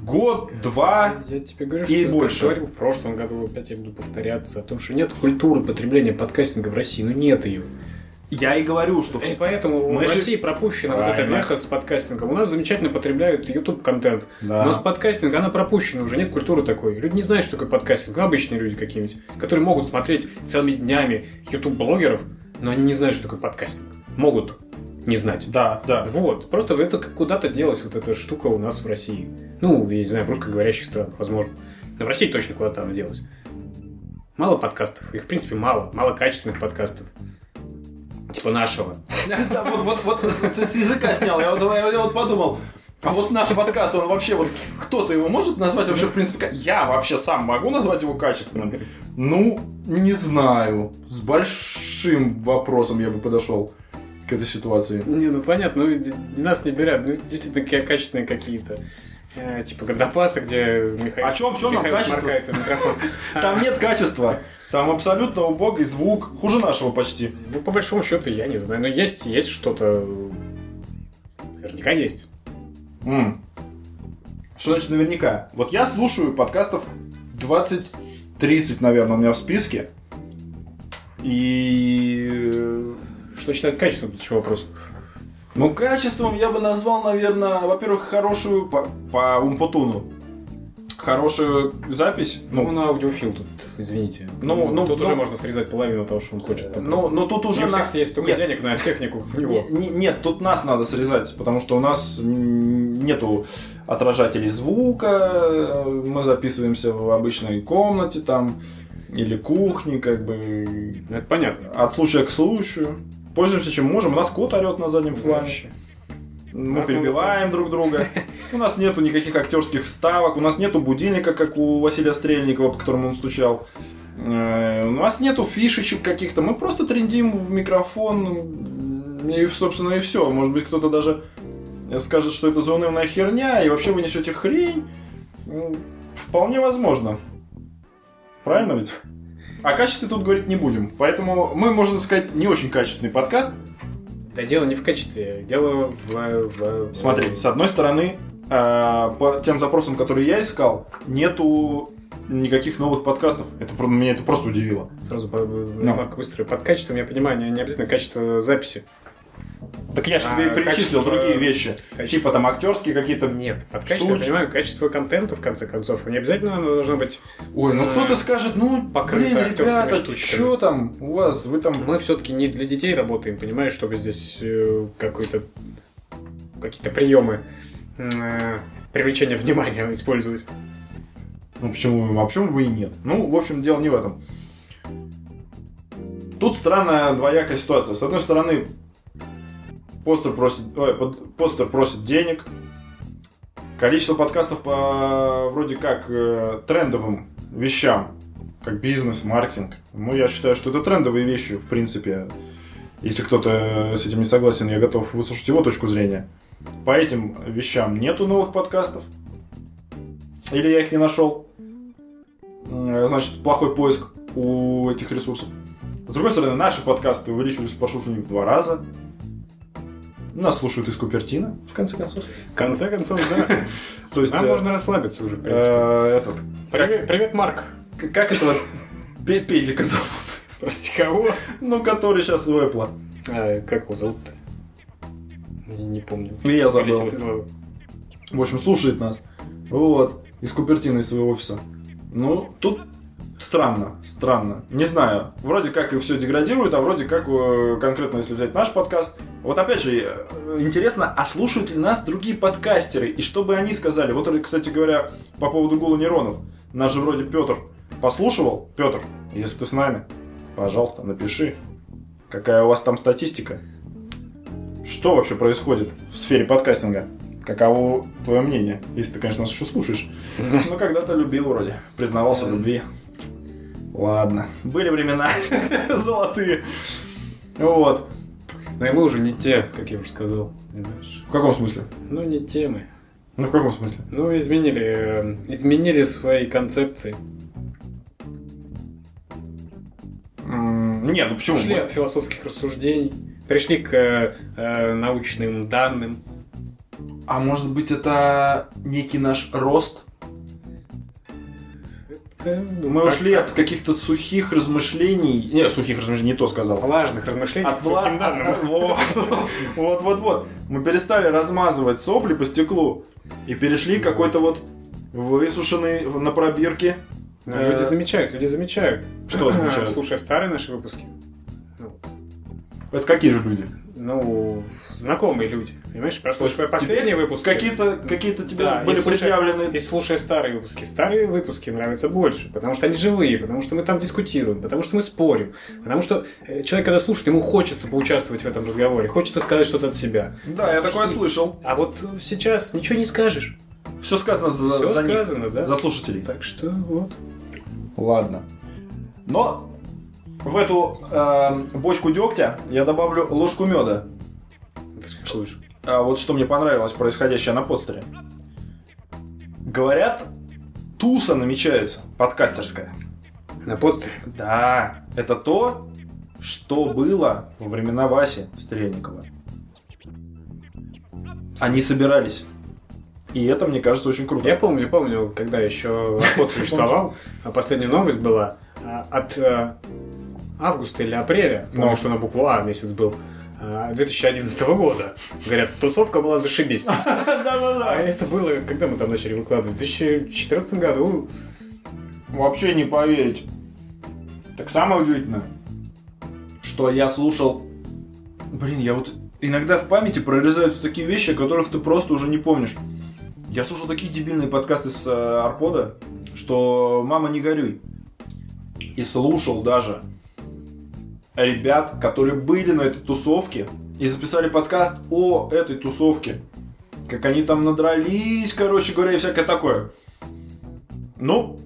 год, два.
Я тебе говорю,
а. И
что
больше.
я говорил в прошлом году, опять я буду повторяться, о том, что нет культуры потребления подкастинга в России, ну нет ее.
Я и говорю, что...
И поэтому
Ну, Мы
в
же-
России пропущена вот эта
Правильно.
веха с подкастингом. У нас замечательно потребляют YouTube контент.
Да.
Но с подкастинга она пропущена уже, нет культуры такой. Люди не знают, что такое подкастинг. Ну, обычные люди какие-нибудь, которые могут смотреть целыми днями YouTube-блогеров, но они не знают, что такое подкастинг. Могут не знать.
Да, да.
Вот, просто это как куда-то делась вот эта штука у нас в России. Ну, я не знаю, в русскоговорящих странах, возможно. Но в России точно куда-то она делась. Мало подкастов, их в принципе мало, мало качественных подкастов. Типа нашего.
Да, вот, вот, вот, ты с языка снял. Я вот, я вот подумал, а вот наш подкаст, он вообще, вот кто-то его может назвать вообще, в принципе, ка- я вообще сам могу назвать его качественным? Ну, не знаю. С большим вопросом я бы подошел к этой ситуации.
Не, ну понятно, ну, д- нас не берят, ну действительно ка- качественные какие-то. Э, типа Годопаса, где Михаил,
А чё- в чём нам
Михаил
качество?
сморкается в микрофон.
Там нет качества. Там абсолютно убогий звук, хуже нашего почти.
Ну, по большому счету, я не знаю, но есть, есть что-то. Наверняка есть.
М. Что значит наверняка? Вот я слушаю подкастов 20-30, наверное, у меня в списке. И э,
Что считать качеством, тут еще вопрос.
Ну, качеством я бы назвал, наверное, во-первых, хорошую по, по Умпутуну. Хорошую запись.
Ну,
Ну,
он аудиофил тут, извините.
Ну, ну,
тут
ну.
уже можно срезать половину того, что он хочет. Там.
но, но э, ну, тут
Не
уже...
у
на-
всех есть только
нет,
денег на технику у него.
не- не- нет, тут нас надо срезать, потому что у нас м, нету отражателей звука, э, мы записываемся в обычной комнате там, или кухне, как бы,
Ну, это понятно.
от случая к случаю. Пользуемся чем можем. У нас кот орет на заднем фланге.
Вообще.
Мы
Нас
перебиваем друг друга. У нас нету никаких актерских вставок, у нас нету будильника, как у Василия Стрельникова, по которому он стучал. Э, У нас нету фишечек каких-то. Мы просто трендим в микрофон. м, И, собственно, и все. Может быть, кто-то даже скажет, что это за унывная херня, и вообще вы несете хрень. М, Вполне возможно. Правильно ведь? О качестве тут говорить не будем. Поэтому мы, можно сказать, не очень качественный подкаст.
Да дело не в качестве, дело в... в- в-
Смотри, с одной стороны, э, по тем запросам, которые я искал, нету никаких новых подкастов. Это, про- меня это просто удивило.
Сразу по- ремарка быстрая. Под качеством, я понимаю, не, не обязательно качество записи.
Так я же
А,
тебе и перечислил
качество-
другие вещи.
качество-
Типа там актерские какие-то.
Нет, под качество, я
уч-
понимаю, качество контента, в конце концов. Не обязательно оно должно быть...
Ой, ну
Э,
кто-то скажет, ну,
покрыто
блин,
актерскими
ребята,
штучками.
что там у вас? Вы там...
Мы все-таки не для детей работаем, понимаешь, чтобы здесь э, какой-то... Какие-то приемы э, привлечения внимания [LAUGHS] использовать.
Ну, почему, а почему бы и нет? Ну, в общем, дело не в этом. Тут странная двоякая ситуация. С одной стороны, постер просит, ой, под- постер просит денег. Количество подкастов по вроде как э, трендовым вещам, как бизнес, маркетинг. Ну, я считаю, что это трендовые вещи, в принципе. Если кто-то э, с этим не согласен, я готов выслушать его точку зрения. По этим вещам нету новых подкастов. Или я их не нашел. М, Э, Значит, плохой поиск у этих ресурсов. С другой стороны, наши подкасты увеличивались по прослушиванию в два раза. Нас слушают из Купертина, в конце концов.
В конце концов, да.
[LAUGHS] То есть,
Нам
э,
А можно расслабиться уже, в
э,
принципе.
этот,
Привет, привет, Марк.
к- как этого Пе- педика зовут?
Прости, кого?
Ну, который сейчас у Apple.
А, как его зовут-то? Не, не помню.
И Я
Вылетело
забыл.
из головы.
В общем, слушает нас. Вот. Из Купертина, из своего офиса. Ну, тут странно, странно. Не знаю. Вроде как и все деградирует, а вроде как э, конкретно, если взять наш подкаст. Вот опять же, э, интересно, а слушают ли нас другие подкастеры? И что бы они сказали? Вот, кстати говоря, по поводу гула нейронов. Нас же вроде Петр послушивал. Петр, если ты с нами, пожалуйста, напиши, какая у вас там статистика. Что вообще происходит в сфере подкастинга? Каково твое мнение? Если ты, конечно, нас еще слушаешь. Ну, когда-то любил вроде. Признавался в любви. Ладно. Были времена [LAUGHS] золотые. Вот.
Но и мы уже не те, как я уже сказал. понимаешь?
В каком смысле?
Ну, не те мы.
Ну, в каком смысле?
Ну, изменили, э, изменили свои концепции.
М, Не, ну почему?
Ушли от философских рассуждений, пришли к э, э, научным данным.
А может быть, это некий наш рост? Э, ну, Мы ушли от каких-то сухих размышлений. Не, сухих размышлений не то сказал.
влажных размышлений к
От вла-
сухим
[LAUGHS]
данным.
от- во- Вот, вот, вот. Мы перестали размазывать сопли по стеклу и перешли к какой-то вот высушенный на пробирке.
Ну, Люди
Э,
замечают, люди замечают.
Что означает?
Слушая старые наши выпуски. Ну,
Это какие же люди?
Ну, знакомые люди. Понимаешь, прослушивая последний выпуск.
Какие-то какие тебе
Да, и
были
слушай-
предъявлены.
И слушая старые выпуски. Старые выпуски нравятся больше, потому что они живые, потому что мы там дискутируем, потому что мы спорим, потому что э, человек, когда слушает, ему хочется поучаствовать в этом разговоре, хочется сказать что-то от себя.
Да, я такое слышал.
А вот сейчас ничего не скажешь.
Все сказано за,
Все
за них,
сказано, да?
за слушателей.
Так что вот.
Ладно. Но в эту эм, бочку дегтя я добавлю ложку меда.
Какой же.
А вот что мне понравилось происходящее на подстере. Говорят, туса намечается подкастерская.
На подстере.
Да, это то, что было во времена Васи Стрельникова. Они собирались. И это, мне кажется, очень круто.
Я [LAUGHS] помню, помню, когда еще [LAUGHS] Арпод существовал, а последняя новость была а, от э, августа или апреля,
Ну.
помню, что на букву А месяц был, а, 2011 года. Говорят, тусовка была зашибись. А
Да-да-да.
это было, когда мы там начали выкладывать? В 2014 году.
Вообще не поверить. Так самое удивительное, что я слушал... Блин, я вот... Иногда в памяти прорезаются такие вещи, о которых ты просто уже не помнишь. Я слушал такие дебильные подкасты с э, Арпода, что «Мама, не горюй». И слушал даже ребят, которые были на этой тусовке и записали подкаст о этой тусовке. Как они там надрались, короче говоря, и всякое такое. Ну,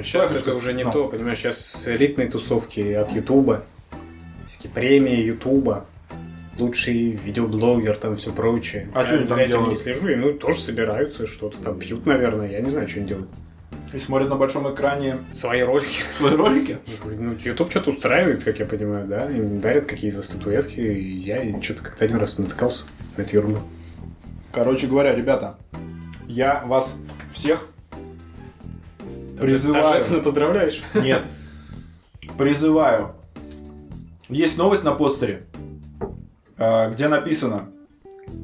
Сейчас
Слушай,
это уже не
ну.
то, понимаешь, сейчас элитные тусовки от Ютуба, всякие премии Ютуба, лучший видеоблогер, там все прочее.
А
я
что они
за
там
этим
делают?
не слежу, и ну тоже собираются, что-то там пьют, наверное, я не знаю, что они делают.
И смотрят на большом экране
свои ролики. [LAUGHS]
свои ролики.
Ну, YouTube что-то устраивает, как я понимаю, да? Им дарят какие-то статуэтки, и я что-то как-то один раз натыкался на эту ерунду.
Короче говоря, ребята, я вас всех призываю...
Торжественно поздравляешь.
Нет. Призываю. Есть новость на постере, э, где написано.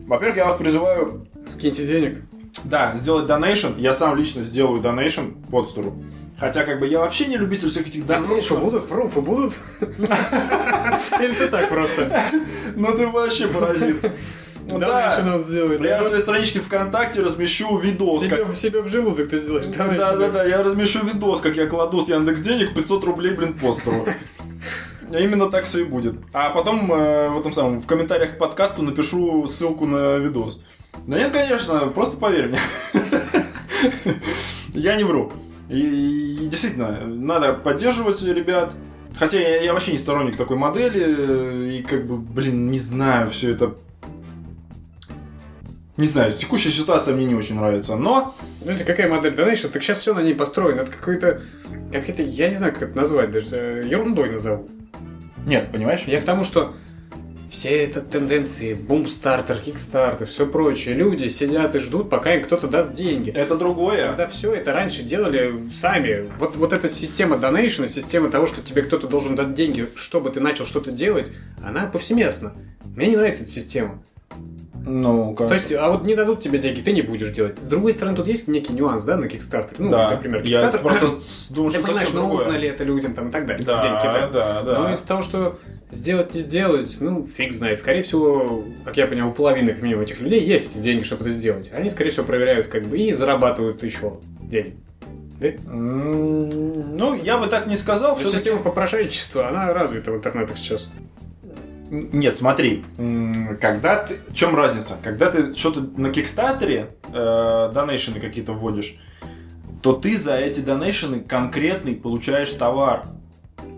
Во-первых, я вас призываю,
Скиньте денег.
да, сделать донейшн. Я сам лично сделаю донейшн подстеру. Хотя, как бы, я вообще не любитель всех этих
Да пруфы
донейшн.
будут, пруфы будут. Или ты так просто?
Ну ты вообще паразит. Ну
Да,
Да,
он сделает.
я на своей страничке ВКонтакте размещу видос, как
Себе, в себе в желудок ты сделаешь. Давай
Да, да,
сюда.
да, я размещу видос, как я кладу с Яндекс денег 500 рублей, блин, постеру. А Именно так все и будет. А потом э, в этом самом в комментариях к подкасту напишу ссылку на видос. Да нет, конечно, просто поверь мне. [LAUGHS] Я не вру. И, и действительно, надо поддерживать ребят. Хотя я, я вообще не сторонник такой модели, э, и как бы, блин, не знаю, все это... Не знаю, текущая ситуация мне не очень нравится, но
Знаете, какая модель донейшн? Так сейчас все на ней построено. Это какой-то... Как это... Я не знаю, как это назвать. Даже э, ерундой назову.
Нет, понимаешь?
Я к тому, что все это тенденции, бумстартер, кикстартер, все прочее, люди сидят и ждут, пока им кто-то даст деньги.
Это другое.
Когда все это раньше делали сами. Вот, вот эта система донейшена, система того, что тебе кто-то должен дать деньги, чтобы ты начал что-то делать, она повсеместна. Мне не нравится эта система.
Ну, как...
То есть, а вот не дадут тебе деньги, ты не будешь делать. С другой стороны, тут есть некий нюанс, да, на Kickstarter. Ну,
да.
например,
я
Kickstarter. [CLEARS THROAT]
просто с- думаю,
Ты
что
понимаешь,
совсем
ну
другое.
нужно ли это людям там и так далее.
Да,
деньги кидать.
да, да.
Но из того, что сделать, не сделать, ну, фиг знает. Скорее всего, как я понимаю, у половины, как минимум, этих людей есть эти деньги, чтобы это сделать. Они, скорее всего, проверяют как бы и зарабатывают еще деньги.
М, Ну, я бы так не сказал.
Всё
всё-таки-
система попрошайничества, она развита в интернетах сейчас.
Нет, смотри, м, когда ты... В чем разница? Когда ты что-то на Кикстартере э, донейшены какие-то вводишь, то ты за эти донейшены конкретный получаешь товар.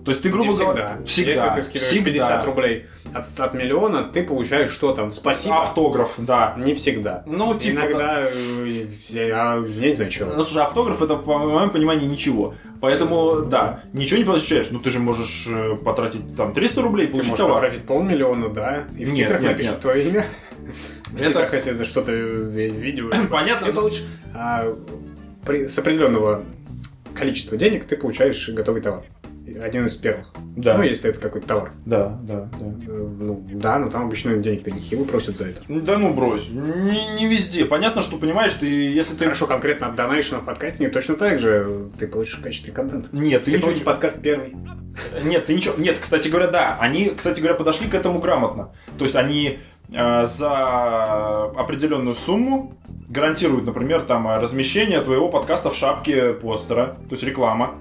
То есть ты, грубо
Не
говоря, всегда,
Если ты скидываешь
всегда.
50 рублей от, от миллиона, ты получаешь что там? Спасибо?
автограф, да.
Не всегда.
А, Ну, типа,
Иногда, э, я, я не знаю,
Ну
чего.
слушай, автограф это, по моему пониманию, ничего. Поэтому, да, ничего не получаешь. Ну ты же можешь э, потратить там 300 рублей,
Ты
получить
можешь
товар.
потратить полмиллиона, да, и в
Нет,
титрах
нет,
напишут
нет.
твое имя. В
Это-
титрах, если это что-то э,
[CLEARS THROAT]
ви- видео.
[LAUGHS] Понятно,
Ты
но-
получишь а, при- с определенного количества денег ты получаешь готовый товар. Один из первых.
Да,
Ну, если это какой-то товар.
да, да, да.
Э, Ну, да, но там обычно денег-то нехило просят за это.
Ну Да ну брось, не, не везде. Понятно, что понимаешь, ты если ты.
Хорошо, конкретно от донейшена в подкастинге точно так же ты получишь качественный контент.
Нет, ты,
Ты
ничего.
получишь подкаст первый.
Нет, ты ничего. Нет, кстати говоря, да. Они, кстати говоря, подошли к этому грамотно. То есть они э, за определенную сумму гарантируют, например, там э, размещение твоего подкаста в шапке постера, то есть реклама.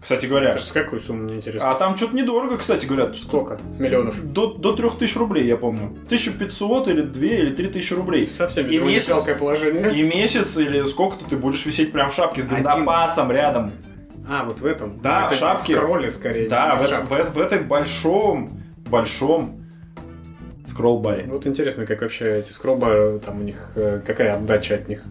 Кстати говоря.
Это же с какой суммы, мне интересно?
А там что-то недорого, кстати говоря.
Сколько миллионов?
До, до 3000 рублей, я помню. 1500 или 2 или 3000 рублей.
Совсем
И
видимо, не
месяц.
жалкое положение.
И месяц или сколько-то ты будешь висеть прям в шапке с
Один.
гандапасом рядом.
А, вот в этом?
Да,
Это
в шапке.
Скролле скорее.
Да,
не
в,
в
этом-
шапке.
в- в этой большом, большом скролл-баре.
Вот интересно, как вообще эти скроллбары, там у них, э, какая отдача от них.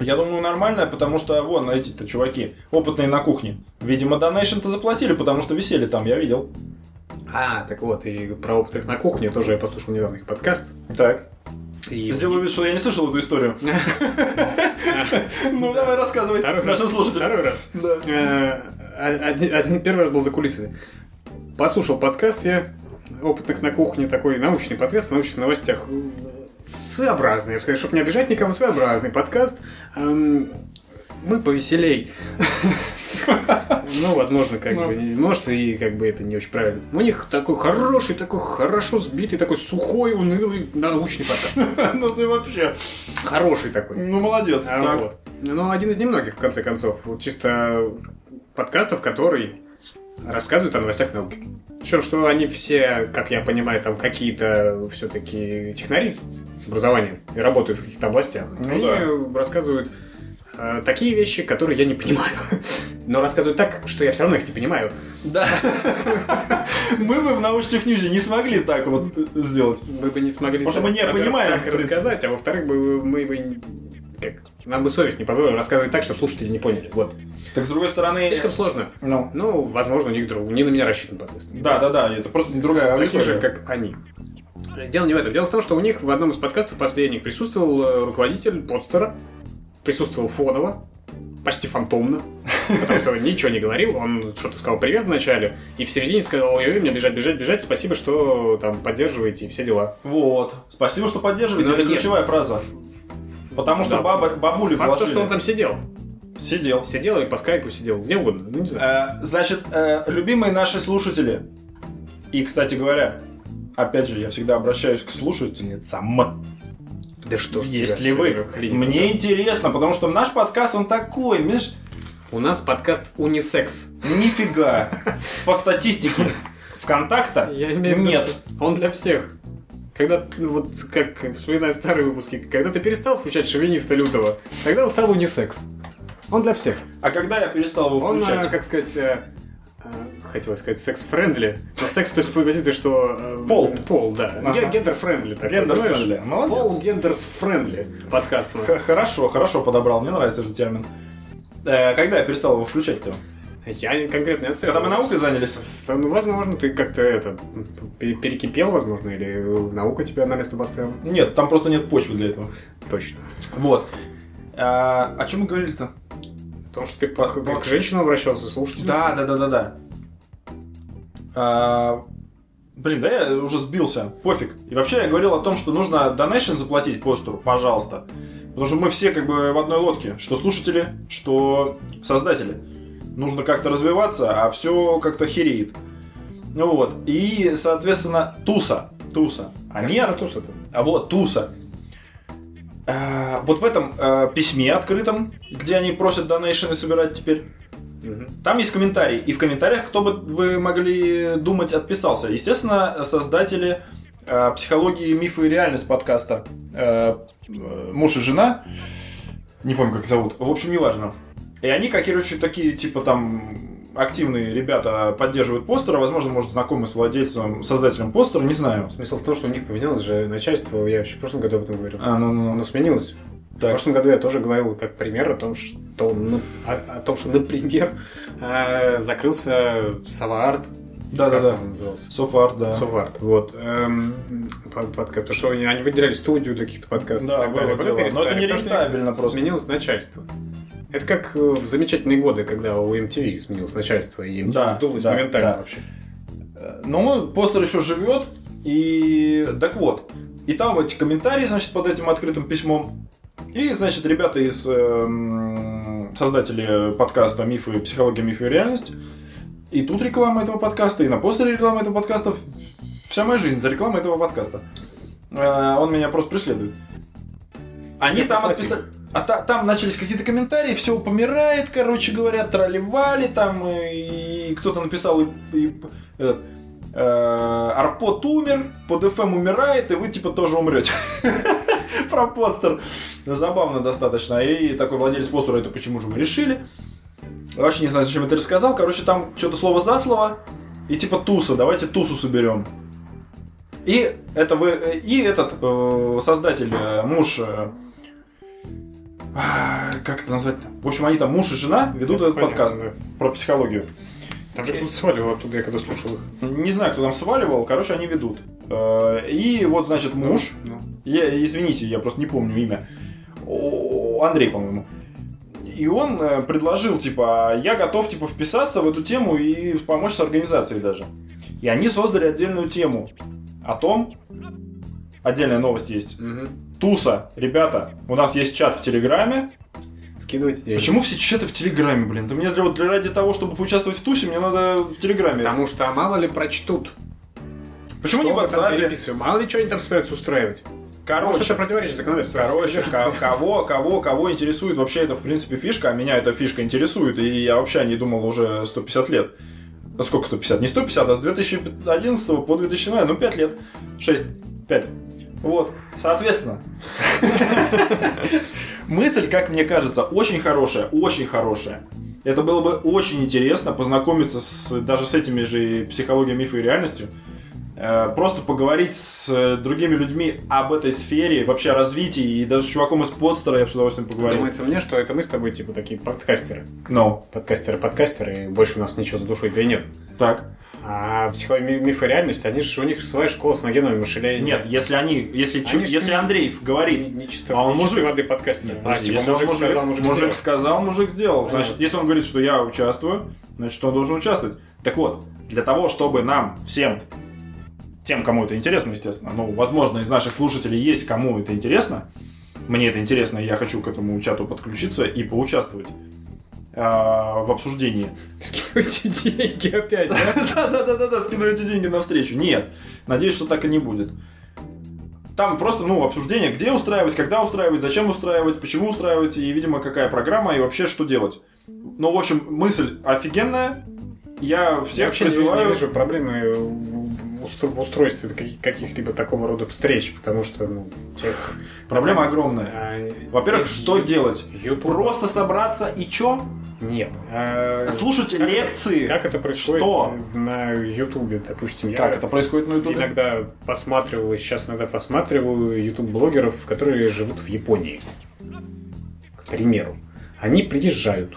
Я думаю, нормально, потому что вон эти-то чуваки, опытные на кухне. Видимо, донейшн-то заплатили, потому что висели там, я видел.
А, так вот, и про опыт их на кухне тоже я послушал недавно их подкаст.
Так.
И
Сделаю вид, что я не слышал эту историю. Ну, давай рассказывай
[LAUGHS] Второй раз.
нашим слушателям.
Второй раз.
Да.
Э, один, один- первый раз был за кулисами. Послушал подкаст я опытных на кухне, такой научный подкаст в научных новостях. Своеобразный, я бы сказал, чтобы не обижать никого, своеобразный подкаст. Эм, Мы повеселей. Ну, возможно, как
Ну.
бы, не- может, и как бы это не очень правильно. У них такой хороший, такой хорошо сбитый, такой сухой, унылый научный
[LAUGHS]
подкаст.
Ну ты вообще.
Хороший такой.
Ну молодец.
А
Так.
вот. Ну, один из немногих, в конце концов, вот чисто подкастов, который рассказывает о новостях науки. Причем, что они все, как я понимаю, там какие-то все-таки технари с образованием и работают в каких-то областях.
Ну
они
да.
э, рассказывают э, такие вещи, которые я не понимаю. [LAUGHS] Но рассказывают так, что я все равно их не понимаю.
Да. [LAUGHS] Мы бы в научных ньюзе не смогли так вот э, сделать.
Мы бы не смогли
Потому что мы не
во-первых,
понимаем, в
так
принципе.
рассказать, а во-вторых, бы мы бы как, нам бы совесть не позволила рассказывать так, чтобы слушатели не поняли. Вот.
Так с другой стороны...
Слишком сложно.
Ну,
Ну, возможно, у них друг, не на меня рассчитан подкаст.
да, да, да, это просто другая
Такие
аудитория.
же, как они. Дело не в этом. Дело в том, что у них в одном из подкастов последних присутствовал э, руководитель подстера, присутствовал фоново, почти фантомно, потому что ничего не говорил, он что-то сказал «привет» вначале, и в середине сказал «ой-ой, мне бежать, бежать, бежать, спасибо, что там поддерживаете и все дела».
Вот. Спасибо, что поддерживаете.
Ну,
Это
нет.
ключевая фраза. Потому что
Да.
баба, бабулю
Факт то,
положили.
что он там сидел.
Сидел.
Сидел и по скайпу сидел, где угодно, ну не знаю.
Э, Значит, э, любимые наши слушатели. И, кстати говоря, опять же, я всегда обращаюсь к слушательницам.
Да что ж
Если
тебя,
А, вы.
Серега, клиника,
Мне
да.
интересно, потому что наш подкаст, он такой, Миш,
У нас подкаст «Унисекс».
нифига. По статистике ВКонтакта
Я имею в виду,
нет.
что Он для всех. Когда, ну, вот как вспоминаю старые выпуски, когда ты перестал включать шовиниста лютого, тогда он стал унисекс. Он для всех.
А когда я перестал его
Он, э,
включать?
как сказать, э, э, хотелось сказать секс-френдли, но секс то есть по позиции, что... э,
Пол.
Пол, да.
Ага.
Ге- Гендер-френдли. такой,
Гендер-френдли.
понимаешь?
Молодец.
Пол гендерс-френдли подкаст у нас.
Х- Хорошо, хорошо подобрал, мне нравится этот термин. Э, Когда я перестал его включать-то?
Я не- конкретно не отслеживаю.
Когда мы наукой занялись?
С- Ну, возможно, ты как-то это пере- перекипел, возможно, или наука тебя на место поставила.
Нет, там просто нет почвы для этого.
Точно.
Вот. А, о чем мы говорили-то?
Потому что ты
По-
к,
по-
к женщинам обращался, слушатель.
Да, да, да, да, да. А, блин, да я уже сбился. Пофиг. И вообще я говорил о том, что нужно донейшн заплатить постеру, пожалуйста. Потому что мы все как бы в одной лодке. Что слушатели, что создатели. Нужно как-то развиваться, а все как-то хереет. Ну вот. И, соответственно, туса. Туса. Они от- а вот Туса. А, Вот в этом э, письме открытом, где они просят донейшены собирать теперь, там есть комментарий. И в комментариях, кто бы вы могли думать, отписался. Естественно, создатели э, психологии, мифы и реальность подкаста э, э, муж и жена, не помню, как зовут, в общем, неважно. И они, как, короче, такие, типа, там, активные ребята а поддерживают постера, возможно, может, знакомы с владельцем, создателем постера, не знаю.
Смысл в том, что у них поменялось же начальство, я еще в прошлом году об этом говорил.
А, ну, ну, ну,
Оно сменилось. В
так.
прошлом году я тоже говорил как пример о том, что, ну, о, о том, что например, [LAUGHS] э, закрылся Саваарт. как
Да-да-да.
там он назывался?
Софар, да.
Совард, вот. Эм, под- подкаст, потому что они, они выделяли студию для каких-то подкастов.
Да,
и так
было
далее. Потом
дело. Но это
перестали, потому что
нерентабельно просто.
Сменилось начальство. Это как э, в замечательные годы, когда у MTV сменилось начальство, и MTV
Да,
сдулось
да,
моментально
да.
вообще.
Э, Но постер еще живет, и так вот. И там эти комментарии, значит, под этим открытым письмом. И, значит, ребята из эм, создатели подкаста «Мифы, психология, мифы и реальность». И тут реклама этого подкаста, и на постере реклама этого подкаста. Вся моя жизнь за реклама этого подкаста. Э, он меня просто преследует. Они
Тебе
там
платили?
отписали... А та- там начались какие-то комментарии, все упомирает, короче говоря, тролливали там, и, и кто-то написал, и, и этот, э, Арпот умер, под FM умирает, и вы типа тоже умрете. [LAUGHS] Про постер. Забавно достаточно. И такой владелец постера, это почему же вы решили? Я Вообще не знаю, зачем это рассказал. Короче, там что-то слово за слово. И типа туса, давайте тусу соберем. И это вы, и этот э, создатель, э, муж, э, [SIGHS] а, как это назвать-то? В общем, они там муж и жена ведут
Это
этот
понятно,
подкаст
да.
про психологию.
Там же кто-то сваливал оттуда, я когда слушал их.
Не знаю, кто там сваливал, короче, они ведут. Э, И вот, значит, муж,
Ну,
я, извините, я просто не помню имя, О, Андрей, по-моему. И он э, предложил, типа, «А я готов, типа, вписаться в эту тему и помочь с организацией даже. И они создали отдельную тему о том, отдельная новость есть.
Мгм.
Туса, ребята, у нас есть чат в Телеграме,
Скидывайте деньги.
Почему все чаты в Телеграме, блин? Да мне для, вот для- ради того, чтобы поучаствовать в тусе, мне надо в Телеграме.
Потому что а мало ли прочтут.
Почему
Что
не в
вы там
WhatsApp?
переписываете? Мало ли что они там собираются устраивать. Может, это
Короче,
противоречит законодательству.
короче,
Федерации.
[LAUGHS] ко- кого, кого, кого интересует вообще это, в принципе, фишка, а меня эта фишка интересует, и я вообще не думал уже 150 лет. Ну, сколько 150? Не 150, а с 2011 по 2017, ну 5 лет. 6, 5. Вот, соответственно. [LAUGHS] Мысль, как мне кажется, очень хорошая, очень хорошая. Это было бы очень интересно познакомиться с, даже с этими же психологией, мифа и реальностью. Э, просто поговорить с э, другими людьми об этой сфере, вообще о развитии, и даже с чуваком из подстера я бы с удовольствием поговорил.
Думается мне, что это мы с тобой, типа, такие подкастеры.
No.
Подкастеры-подкастеры, и больше у нас ничего за душой-то и нет.
Так.
А психология, миф и реальность, они же, у них же своя школа с ногенными мышлением.
Нет, если они, если,
Э, Они
чу-
ж
если
не-
Андреев говорит,
не чистой,
а он
не чистой
мужик.
воды подкастер.
Нет,
а,
подожди,
типа,
если он
мужик, сказал, мужик,
мужик
сделал.
сказал, мужик сделал.
Понятно.
Значит, если он говорит, что я участвую, значит, он должен участвовать. Так вот, для того, чтобы нам всем, тем, кому это интересно, естественно, ну, возможно, из наших слушателей есть, кому это интересно, мне это интересно, и я хочу к этому чату подключиться и поучаствовать а, в обсуждении.
[LAUGHS] Скидывайте деньги опять, да?
[LAUGHS] Да-да-да, скидывайте деньги на встречу. Нет, надеюсь, что так и не будет. Там просто, ну, обсуждение, где устраивать, когда устраивать, зачем устраивать, почему устраивать, и, видимо, какая программа, и вообще, что делать. Ну, в общем, мысль офигенная. Я
Я
всех
вообще не-
призываю...
не вижу проблемы в устро- в устройстве каких- каких-либо такого рода встреч, потому что, ну,
[LAUGHS]
тех...
Проблема огромная.
а,
Во-первых,
из
что
Ю-
делать?
Ютуба.
Просто собраться и чё?
Нет. А,
Слушать
как это-
лекции.
Как это происходит
Что?
на Ютубе, допустим? я
Как это происходит на Ютубе?
Иногда посматривал, и сейчас иногда посматриваю ютуб-блогеров, которые живут в Японии. К примеру. Они приезжают,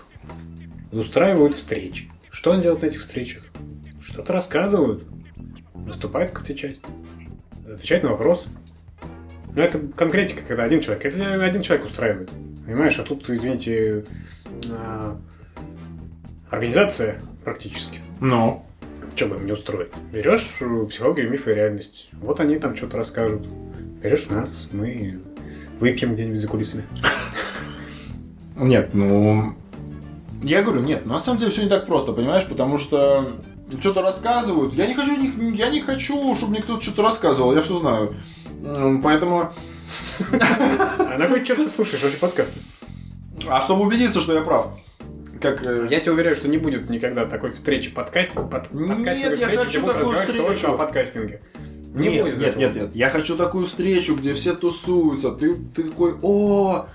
и устраивают встречи. Что они делают на этих встречах? Что-то рассказывают. Наступает какая-то часть. Отвечает на вопрос. Но это конкретика, когда один человек. Это э, один человек устраивает. Понимаешь, а тут, извините, а, организация практически
Ну,
что бы им не устроить? Берешь э, психологию, мифы и реальность. Вот они там что-то расскажут. Берешь нас, мы выпьем где-нибудь за кулисами.
Нет, ну... Я говорю, нет, ну, на самом деле все не так просто, понимаешь, потому что что-то рассказывают. Я не хочу, о них- я не хочу, чтобы мне кто-то что-то рассказывал, я все знаю. М, Поэтому...
А на кой черт ты слушаешь вообще подкасты?
А чтобы убедиться, что я прав, как... э,
Я тебя уверяю, что не будет никогда такой встречи подкаст, под,
Нет,
подкастинговой
я
встречи,
хочу
где будут
такую
разговаривать только
встречу.
о подкастинге. Не
Нет,
будет
нет,
этого.
нет, нет. Я хочу такую встречу, где все тусуются. Ты, ты такой, о,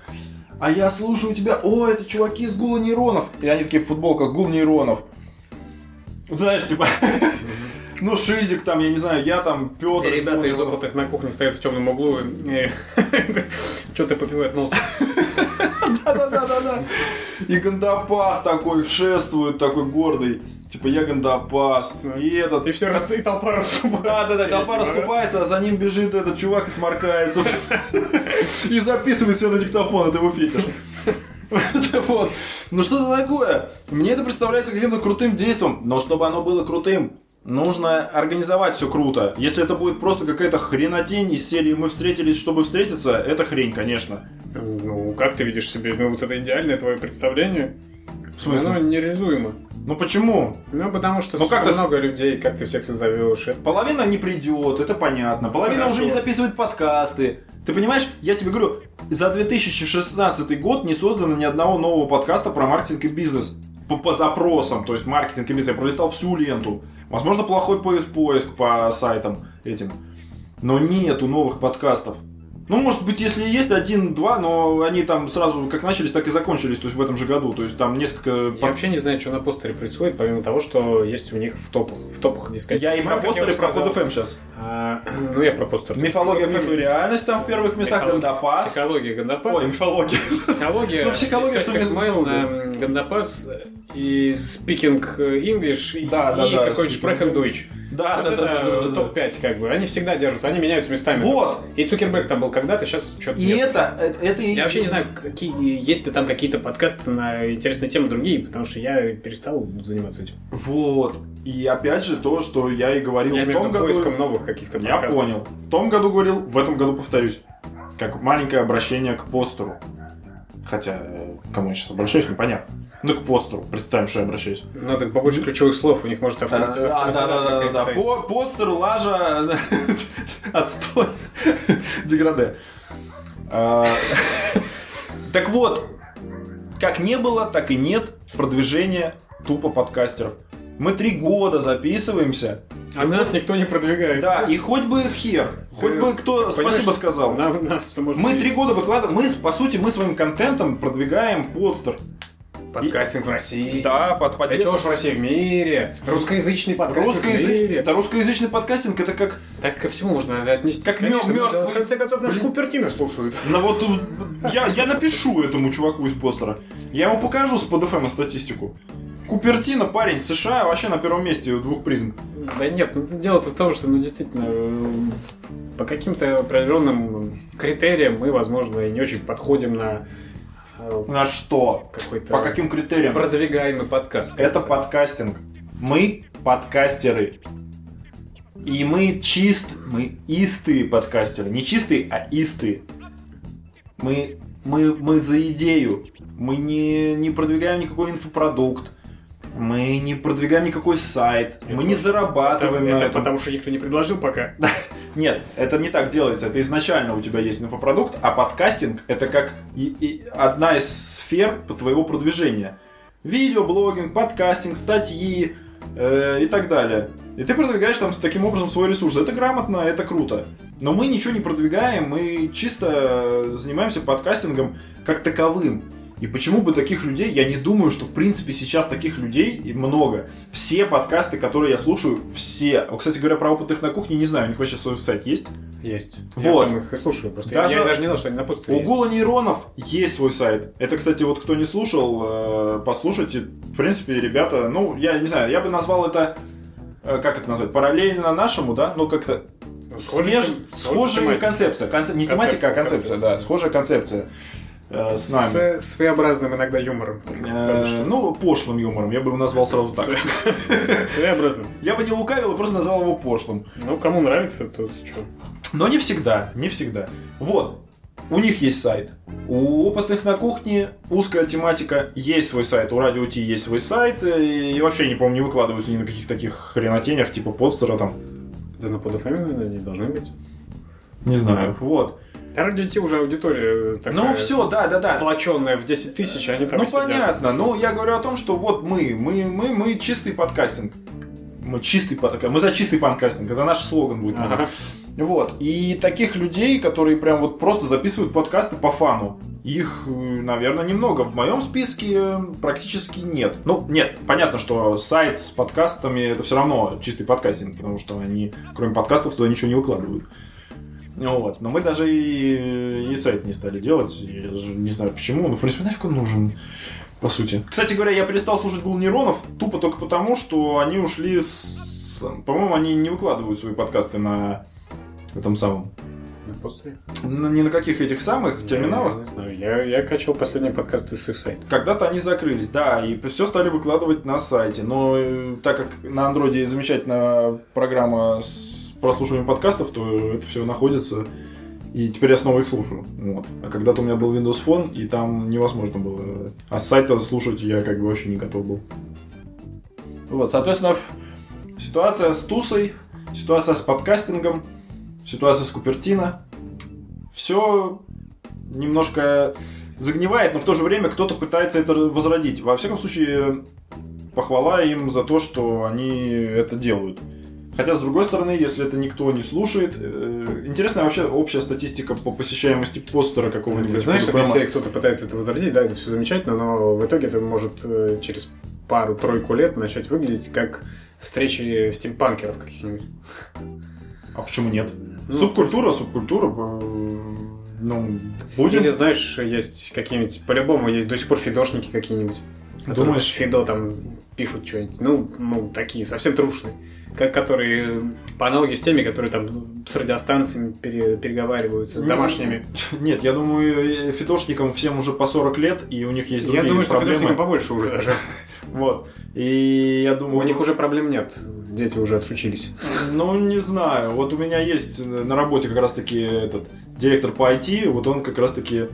а я слушаю тебя, о, это чуваки из гула нейронов. И они такие в футболках гул нейронов. Знаешь, типа, [LAUGHS] ну, Шильдик там, я не знаю, я там, Петр.
И ребята из опытных на кухне стоят в темном углу и [LAUGHS] что-то попивают молча.
Да-да-да-да-да. И Гандапас такой шествует, такой гордый. Типа, я Гандапас. И этот... [LAUGHS]
И все раз, и толпа расступает.
Да, да, да, толпа расступается, а за ним бежит этот чувак и сморкается. И записывает себя на диктофон, это его фетиш. [LAUGHS] Вот. Ну что это такое? Мне это представляется каким-то крутым действием, но чтобы оно было крутым, нужно организовать все круто. Если это будет просто какая-то хренотень из серии «Мы встретились, чтобы встретиться», это хрень, конечно.
Ну, как ты видишь себе? Ну, вот это идеальное твое представление.
В
Оно
смысле?
нереализуем.
Ну почему?
Ну, потому что
Ну, как
слишком
ты с-
много людей, как ты всех созовешь. это-
Половина не придет, это понятно. Половина
Хорошо.
уже не записывает подкасты. Ты понимаешь, я тебе говорю, за 2016 год не создано ни одного нового подкаста про маркетинг и бизнес. По, по запросам, то есть маркетинг и бизнес. Я пролистал всю ленту. Возможно, плохой поиск, поиск по сайтам этим. Но нету новых подкастов. Ну, может быть, если и есть один-два, но они там сразу как начались, так и закончились, то есть в этом же году. То есть там несколько...
Я вообще не знаю, что на постере происходит, помимо того, что есть у них в топах. В топах дискотек.
Я и про
Ну, как
постеры,
уже
про
сказал.
PodFM сейчас.
А, [CLEARS THROAT] ну, я про постер.
Мифология, миф и реальность там в первых местах,
Мифология-
Гандапас.
Психология, Гандапас.
Ой, мифология. [LAUGHS]
психология.
ну, психология, что
Disgusting
без
Mind,
мифологии.
эм, Гандапас и Speaking English и,
Да, да,
и
да,
какой-нибудь
Speaking
Sprechen Deutsch.
Да,
Вот
да,
это э,
да, да, да.
топ-5, как бы. Они всегда держатся, они меняются местами.
Вот.
И Цукерберг там был когда-то, сейчас что-то
И это, это, это и-
Я вообще не знаю, какие, есть ли там какие-то подкасты на интересные темы другие, потому что я перестал заниматься этим.
Вот. И опять же то, что я и говорил
я
в
имею в
том
виду
году.
поиском новых каких-то
Я
подкастов.
понял. В том году говорил, в этом году повторюсь. Как маленькое обращение к подстеру. Хотя, э, к кому я сейчас обращаюсь, непонятно. Ну, к подстеру. Представим, что я обращаюсь.
Ну, так побольше ключевых слов, у них может авто-
А, Да, да, да,
автоматизация
да,
какая-то
да.
стоит.
По- Подстер, лажа, [LAUGHS] отстой, [LAUGHS] деграде. А, [LAUGHS] Так вот, как не было, так и нет продвижения тупо подкастеров. Мы три года записываемся.
А нас никто не продвигает.
Да, и хоть бы хер, хоть бы кто
Понимаешь,
спасибо сказал.
Нам, нас,
Мы три года выкладываем, мы, по сути, мы своим контентом продвигаем подстер.
Подкастинг в России.
Да, под
Да
поддержку-
чего уж в России, в мире. Русскоязычный подкастинг в
Русскоязыч-
мире.
Да, русскоязычный подкастинг это как
Так ко всему можно отнести.
Как мё- мёртвый.
В конце концов, нас
Блин.
Купертино слушают.
Ну вот э, я, я напишу этому чуваку из постера. Я ему покажу с ПДФМ статистику. Купертино, парень, США вообще на первом месте у двух призм.
Да нет, ну, дело-то в том, что, ну, действительно, э, по каким-то определенным критериям мы, возможно, и не очень подходим на э,
На что?
какой-то...
По каким критериям?
Продвигаемый подкаст.
Это
как-то.
подкастинг. Мы подкастеры. И мы чист, мы истые подкастеры. Не чистые, а истые. Мы, мы, мы за идею. Мы не, не продвигаем никакой инфопродукт. Мы не продвигаем никакой сайт. мы не зарабатываем
Это,
на
это
этом.
потому что никто не предложил пока.
Нет, это не так делается. Это изначально у тебя есть инфопродукт, а подкастинг это как и- и одна из сфер твоего продвижения. Видеоблогинг, подкастинг, статьи э, и так далее. И ты продвигаешь там с таким образом свой ресурс. Это грамотно, это круто. Но мы ничего не продвигаем, мы чисто э, занимаемся подкастингом как таковым. И почему бы таких людей, я не думаю, что в принципе сейчас таких людей и много. Все подкасты, которые я слушаю, все. Кстати говоря, про опытных на кухне не знаю, у них вообще свой сайт есть.
Есть.
Вот.
Я там их и слушаю. Просто
Даже-
я, я даже Угу. не знал, что они на
У
подстиле есть.
Гула Нейронов есть свой сайт. Это, кстати, вот кто не слушал, э, послушайте. В принципе, ребята, ну, я не знаю, я бы назвал это, э, как это назвать, параллельно нашему, да, ну, как-то
Схожие
смеж-
тем-
схожая
тематики.
концепция. Конце- Не тематика, а
Концепция,
концепция,
концепция.
да, схожая концепция э, с нами.
С своеобразным иногда юмором. только, разве
Э,
что.
ну, пошлым юмором, я бы его назвал сразу так.
[LAUGHS] Своеобразным.
Я бы не лукавил и просто назвал его пошлым.
Ну, кому нравится, то что?
Но не всегда, не всегда. Вот, у них есть сайт. У опытных на кухне узкая тематика, есть свой сайт, у Радио Ти есть свой сайт, и и вообще, не помню, не выкладываются ни на каких таких хренотенях, типа подстера там.
Да ну, на подофами, наверное, эм не должны быть.
Не знаю. Вот.
Да, А ради детей уже аудитория э, такая
ну все, да, да, да.
сплоченная в 10 тысяч, они там
Ну
и сидят.
понятно, ну я говорю о том, что вот мы, мы, мы, мы чистый подкастинг. Мы чистый подкастинг, мы за чистый подкастинг, это наш слоган будет.
Ага.
Вот. И таких людей, которые прям вот просто записывают подкасты по фану, их, э, наверное, немного. В моем списке э, практически нет. Ну, нет, понятно, что сайт с подкастами это все равно чистый подкастинг, потому что они, кроме подкастов, туда ничего не выкладывают. Ну Вот. Но мы даже и, и сайт не стали делать. Я даже не знаю почему. Ну, в принципе, нафиг он нужен, по сути. Кстати говоря, я перестал слушать Гул Нейронов тупо только потому, что они ушли с... По-моему, они не выкладывают свои подкасты на этом самом.
На постере.
Н- Ни на каких этих самых
Я
терминалах.
не знаю. Я, я качал последний подкаст из их сайта.
Когда-то они закрылись, да, и все стали выкладывать на сайте. Но э, так как на андроиде замечательная программа с прослушиванием подкастов, то это все находится. И теперь я снова их слушаю. Вот. А когда-то у меня был Windows Phone, и там невозможно было. А с сайта слушать я как бы вообще не готов был. Вот, соответственно, ситуация с Тусой, ситуация с подкастингом, ситуация с Купертино. Все немножко загнивает, но в то же время кто-то пытается это возродить. Во всяком случае, похвала им за то, что они это делают. Хотя, с другой стороны, если это никто не слушает, э, интересная вообще общая статистика по посещаемости постера какого-нибудь.
Ты знаешь,
под
что
формат.
если кто-то пытается это возродить, да, это все замечательно, но в итоге это может э, через пару-тройку лет начать выглядеть как встречи стимпанкеров каких-нибудь.
А почему нет?
Ну,
субкультура, субкультура, э, ну, будем.
Или, знаешь, есть какие-нибудь, по-любому, есть до сих пор фидошники какие-нибудь. которые
Думаешь?
в Фидо там пишут что-нибудь. Ну, ну, такие, совсем трушные. Как, которые по аналогии с теми, которые там с радиостанциями пере- переговариваются,
Ну,
домашними.
Нет, я думаю, э, фидошникам всем уже по 40 лет, и у них есть
Я
другие
думаю, что
проблемы.
фидошникам побольше уже
[LAUGHS]
даже.
Вот. И я думаю...
У них уже проблем нет. Дети уже отучились.
Ну, не знаю. Вот у меня есть э, на работе как раз-таки этот директор по IT, вот он как раз-таки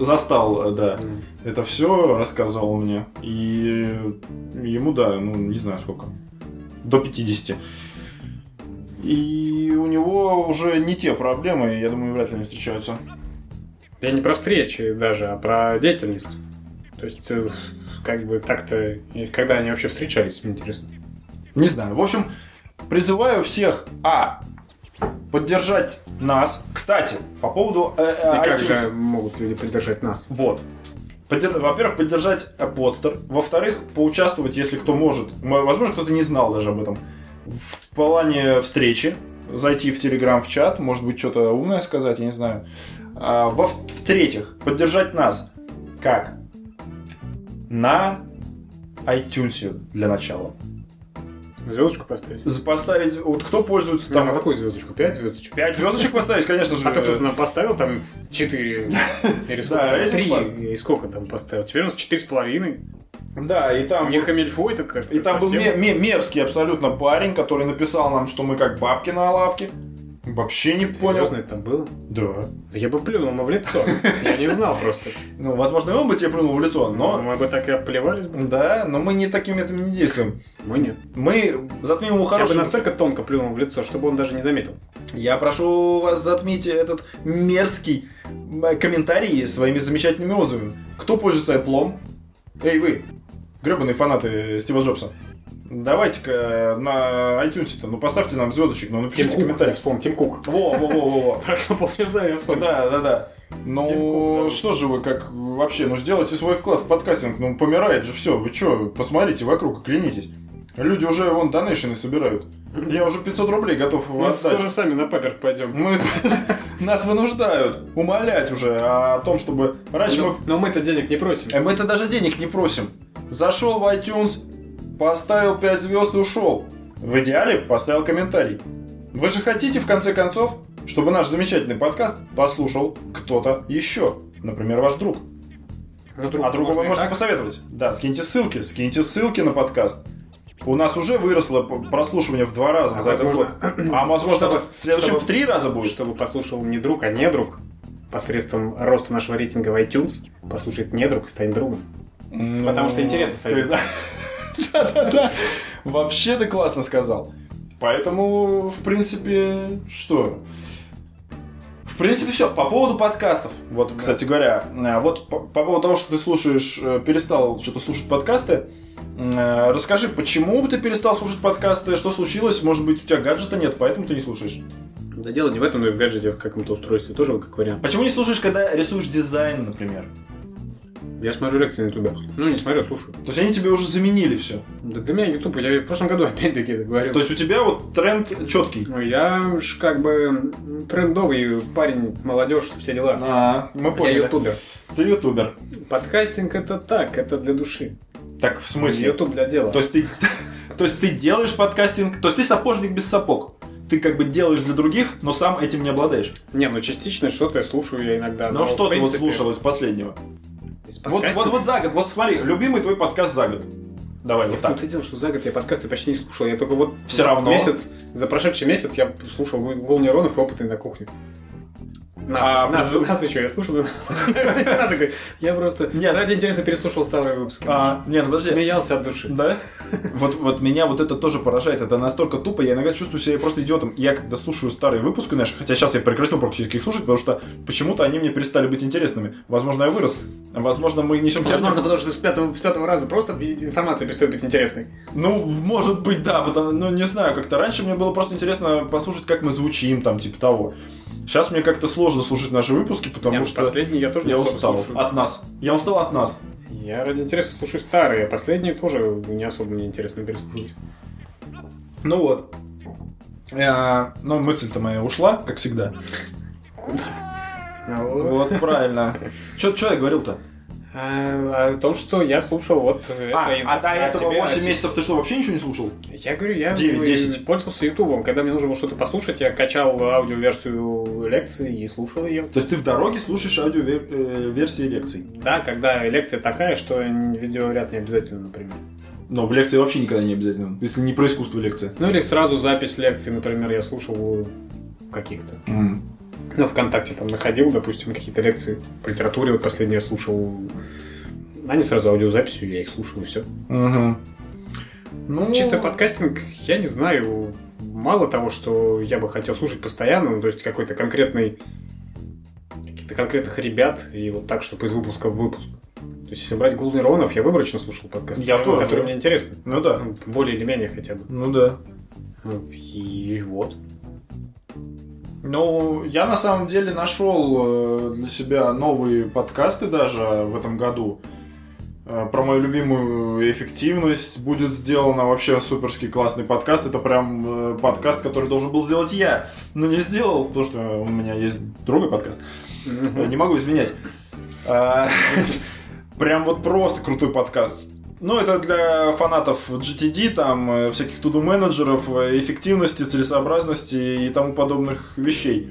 застал, э, да, это все рассказывал мне. И ему, да, ну, не знаю сколько. До 50. И у него уже не те проблемы, я думаю, вряд ли они встречаются.
Я не про встречи даже, а про деятельность. То есть, э, как бы так-то, и когда они вообще встречались, мне интересно.
Не знаю. В общем, призываю всех, а, поддержать нас. Кстати, по поводу э, э,
И как
iTunes.
же могут люди поддержать нас?
Вот. подер- во-первых, поддержать э, подстер, во-вторых, поучаствовать, если кто может. М- Возможно, кто-то не знал даже об этом. В плане встречи, зайти в Телеграм, в чат, может быть, что-то умное сказать, я не знаю. А, во- в-третьих, поддержать нас. Как? На iTunes для начала.
Звездочку поставить.
За- Поставить, вот кто пользуется
Там, а
там...
какую звездочку? Пять звездочек?
5 звездочек поставить, конечно же.
А то кто-то нам поставил там
[LAUGHS]
4 или сколько
Да,
там,
или
три,
сколько?
и сколько там поставил. Теперь у нас четыре с половиной.
Да, и там...
Мне хамельфой так как-то
И там был
совсем.
ме- ме- мерзкий абсолютно парень, который написал нам, что мы как бабки на лавке. Вообще не понял.
Серьезно, это там было?
Да.
Да Я бы плюнул ему в лицо. Я не знал просто.
Ну, возможно, и он бы тебе плюнул в лицо, но...
Мы бы так и оплевались бы.
Да, но мы не такими этими не действуем.
Мы нет.
Мы затмим ему
Я бы
хорошим...
настолько тонко плюнул в лицо, чтобы он даже не заметил.
Я прошу вас затмить этот мерзкий м, комментарий своими замечательными отзывами. Кто пользуется Apple? Эй, вы, гребаные фанаты Стива Джобса. Давайте-ка на iTunes-то, ну поставьте нам звездочек, ну напишите
я
комментарий.
вспомнил, Тим Кук. [LAUGHS]
Во-во-во-во-во.
Прошло полчаса, я вспомнил.
Да, да, да.
Тим
Ну,
Кук зовут.
что же вы как вообще, ну сделайте свой вклад в подкастинг, ну помирает же все, вы что, посмотрите вокруг, клянитесь. Люди уже вон донейшены
[LAUGHS]
собирают. Я уже 500 рублей готов
Мы
отдать.
скоро сами на папер пойдем.
Мы... [LAUGHS] Нас вынуждают умолять уже о том, чтобы... Раньше
Но, но мы-то денег не просим.
мы... Мы-то даже денег не просим. Зашел в iTunes, поставил 5 звезд и ушел. В идеале поставил комментарий. Вы же хотите, в конце концов, чтобы наш замечательный подкаст послушал кто-то еще. Например, ваш друг.
Ну,
А другу вы
и
можете
так.
посоветовать. Да, скиньте ссылки. Скиньте ссылки на подкаст. У нас уже выросло п- прослушивание в два раза
А
за этот год.
возможно,
А возможно,
чтобы-
в следующем
чтобы-
в три раза будет.
чтобы послушал не друг, а не друг. Посредством роста нашего рейтинга в iTunes послушает не друг и станет другом. Потому что интересы сойдутся.
Ну, [LAUGHS] Да-да-да. Вообще ты классно сказал. Поэтому, в принципе, что? В принципе, все. По поводу подкастов. Вот, кстати говоря, э, вот по, по поводу того, что ты слушаешь, э, перестал что-то слушать подкасты, э, расскажи, почему ты перестал слушать подкасты, что случилось, может быть, у тебя гаджета нет, поэтому ты не слушаешь.
Да дело не в этом, но и в гаджете, в каком-то устройстве тоже как вариант.
Почему не слушаешь, когда рисуешь дизайн, например?
Я смотрю лекции на ютубе. Ну, не смотрю, слушаю.
То есть они тебе уже заменили все.
Да для меня ютуб, я и в прошлом году [LAUGHS] опять-таки это говорил.
То есть у тебя вот тренд четкий.
Ну, я ж как бы трендовый парень, молодежь, все дела.
А, мы поняли.
Я ютубер.
Ты ютубер.
Подкастинг это так, это для души.
Так, в смысле?
Ютуб для дела.
То есть ты, [LAUGHS] то есть ты делаешь подкастинг, то есть ты сапожник без сапог. Ты как бы делаешь для других, но сам этим не обладаешь.
Не, ну частично что-то я слушаю я иногда.
но что
в
ты вот
принципе,
слушал из последнего?
из
Вот,
подкастинга-
вот, вот за год, вот смотри, любимый твой подкаст за год. Давай,
Я
вот
А в
так.
том-то и дело, что за год я подкасты почти не слушал. Я только вот
Всё равно.
месяц, за прошедший месяц я слушал Гул Неронов и опытный на кухне. Нас,
А,
нас,
блин.
нас еще я слушал. [LAUGHS] Не надо говорить. Я просто
Нет.
ради интереса переслушал старые выпуски.
А, Ну, нет, подожди.
Смеялся от души. [LAUGHS]
Да? Вот, вот меня вот это тоже поражает. Это настолько тупо. Я иногда чувствую себя просто идиотом. Я когда слушаю старые выпуски наши, хотя сейчас я прекратил практически их слушать, потому что почему-то они мне перестали быть интересными. Возможно, я вырос. Возможно, мы несем
Возможно, потому что с пятого, с пятого раза просто информация перестает быть интересной.
Ну, может быть, да, потому, ну, не знаю, как-то раньше мне было просто интересно послушать, как мы звучим, там, типа того. Сейчас мне как-то сложно слушать наши выпуски, потому
Я
что
последний я тоже не
я
особо
устал
слушаю.
от нас. Я устал от нас.
Я ради интереса слушаю старые, а последние тоже не особо мне интересно переслушивать.
Ну вот. Э, ну, мысль-то моя ушла, как всегда.
А вот.
Вот, правильно. Чё, чё я говорил-то?
А, О том, что я слушал вот это
А,
и
а до
на
этого
тебе, а
8
тебе-
месяцев ты что, вообще ничего не слушал?
Я говорю, я
9-10.
пользовался Ютубом. Когда мне нужно было что-то послушать, я качал аудиоверсию лекции и слушал ее.
То есть ты в дороге слушаешь аудиоверсии лекций?
Да, когда лекция такая, что видеоряд не обязательно, например.
Но в лекции вообще никогда не обязательно, если не про искусство лекция.
Ну или сразу запись лекции, например, я слушал у каких-то. Ну, ВКонтакте там находил, допустим, какие-то лекции по литературе. Вот последние я слушал. Они сразу аудиозаписью, я их слушал и все.
Угу. Ну,
Чисто подкастинг, я не знаю. Мало того, что я бы хотел слушать постоянно, ну, то есть какой-то конкретный каких-то конкретных ребят, и вот так, чтобы из выпуска в выпуск. То есть, если брать Гул Иронов, я выборочно слушал подкаст,
Я тоже.
который мне интересны.
Ну да.
Ну, Более или менее хотя бы.
Ну да.
Ну, И вот.
Ну, я на самом деле нашел э, для себя новые подкасты даже в этом году. Э, Про мою любимую эффективность будет сделан вообще суперский классный подкаст. Это прям э, подкаст, который должен был сделать я, но не сделал, потому что у меня есть другой подкаст. Типа, Я Не могу изменять. А, [LAUGHS] Прям вот просто крутой подкаст. Ну, это для фанатов GTD, там, э, всяких туду-менеджеров, э, эффективности, целесообразности и тому подобных вещей.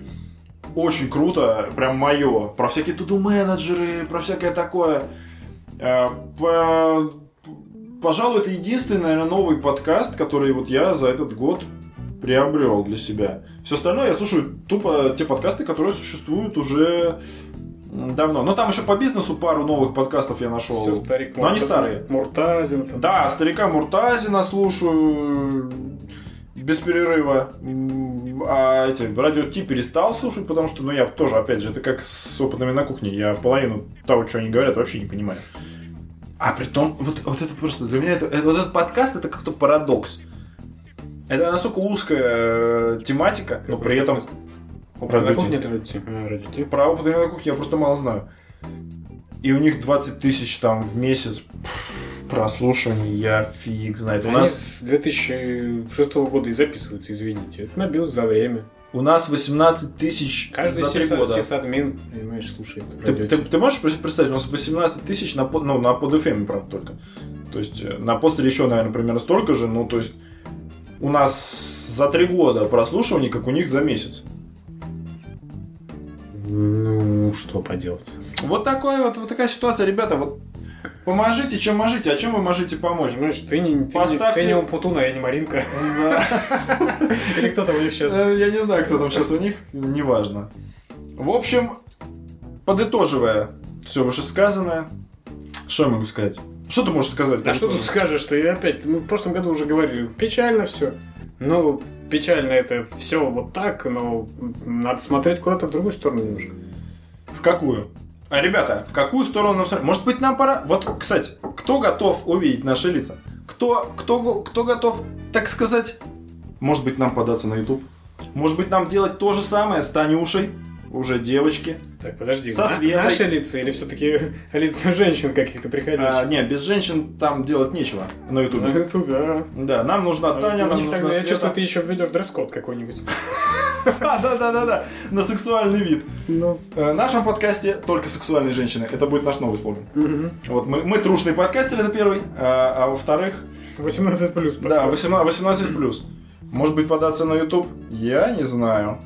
Очень круто, прям мое. Про всякие туду-менеджеры, про всякое такое. Э, по- Пожалуй, это единственный, наверное, новый подкаст, который вот я за этот год приобрел для себя. Все остальное я слушаю тупо те подкасты, которые существуют уже м, давно. Но там еще по бизнесу пару новых подкастов я нашел.
Все, старик.
Но они
Мурта-
старые.
Муртазин. там. А?
Да, старика Муртазина слушаю без перерыва. М, А эти радио Ти перестал слушать, потому что, ну, я тоже, опять же, это как с опытными на кухне. Я половину того, что они говорят, вообще не понимаю. А при том, вот, вот это просто для меня, это, это- вот этот подкаст, это как-то парадокс. Это настолько узкая э, тематика, но
Какой
при этом...
подкаст?
Про радио Ти.
Напомни, Радио Ти. А, Радио Ти.
Про опытные на кухне я просто мало знаю. И у них 20 тысяч там в месяц пф, прослушиваний, я фиг знает. У
Они
нас,
с 2006 года и записываются, извините. Это набил за время.
у нас 18 тысяч
Каждый
за три
сис-
года.
сисадмин, понимаешь, слушает
Ты,
радио
ты-
Ти.
ты можешь прес- представить, у нас 18 тысяч на, под- ну, на подфм, правда, только. То есть э, на постере еще, наверное, примерно столько же. Ну, то есть у нас за три года прослушиваний, как у них за месяц.
Ну, что поделать.
Вот, такой, вот, вот такая ситуация, ребята. Вот поможите, чем можете, а чем вы можете помочь?
Понимаешь, ты не, ты, не,
Поставьте-
ты не Умпутуна, я не
[LAUGHS]
Маринка.
Да.
Или кто там у них сейчас.
Э, Я не знаю, кто там сейчас у них, неважно. В общем, подытоживая все вышесказанное, что я могу сказать? Что ты можешь сказать?
А что тут скажешь? Ты опять, мы в прошлом году уже говорили, печально все. Ну, печально это все вот так, но надо смотреть куда-то в другую сторону немножко.
В какую? А, ребята, в какую сторону нам смотреть? Может быть, нам пора... Вот, кстати, кто готов увидеть наши лица? Кто, кто, го- кто готов, так сказать, может быть, нам податься на YouTube? Может быть, нам делать то же самое с Танюшей? Уже девочки.
Так, подожди,
Со
на-
Светой.
наши лица или все-таки [LAUGHS] лица женщин каких-то
А,
приходящих?
не, без женщин там делать нечего на
Ну,
YouTube.
это да.
Да, нам нужна А Таня,
Ты А у
нам
них
нужна
тогда- я
Света.
чувствую, ты еще введешь дресс-код какой-нибудь.
А, Да-да-да-да, на сексуальный вид.
Ну,
Э, В нашем подкасте только сексуальные женщины. Это будет наш новый слоган. Вот мы, мы трушные подкастеры, это первый. А, а во-вторых,
18 плюс.
да, 18, 18 плюс. Может быть, податься на YouTube? Я не знаю.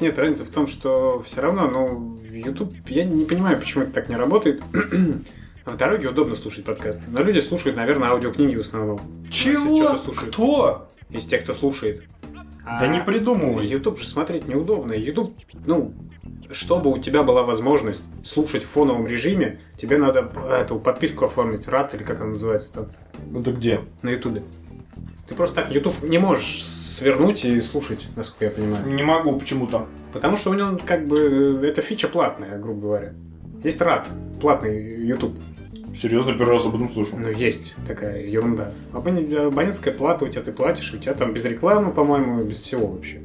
Нет, разница в том, что все равно, ну, YouTube, я не понимаю, почему это так не работает. [CLEARS THROAT] В дороге удобно слушать подкасты. Но люди слушают, наверное, аудиокниги в основном.
Чего?
что-то слушает.
Кто?
Из тех, кто слушает. А
Да не придумывай.
YouTube же смотреть неудобно. YouTube, ну, чтобы у тебя была возможность слушать в фоновом режиме, тебе надо э, эту подписку оформить, рад или как она называется там,
Это где?
на YouTube. Ты просто так YouTube не можешь свернуть и слушать, насколько я понимаю.
Не могу почему-то.
Потому что у него как бы э, эта фича платная, грубо говоря. Есть рад, платный YouTube.
Серьезно, первый раз об этом слышу.
Ну, есть такая ерунда. Абон- Абонентская плата у тебя ты платишь, у тебя там без рекламы, по-моему, без всего вообще.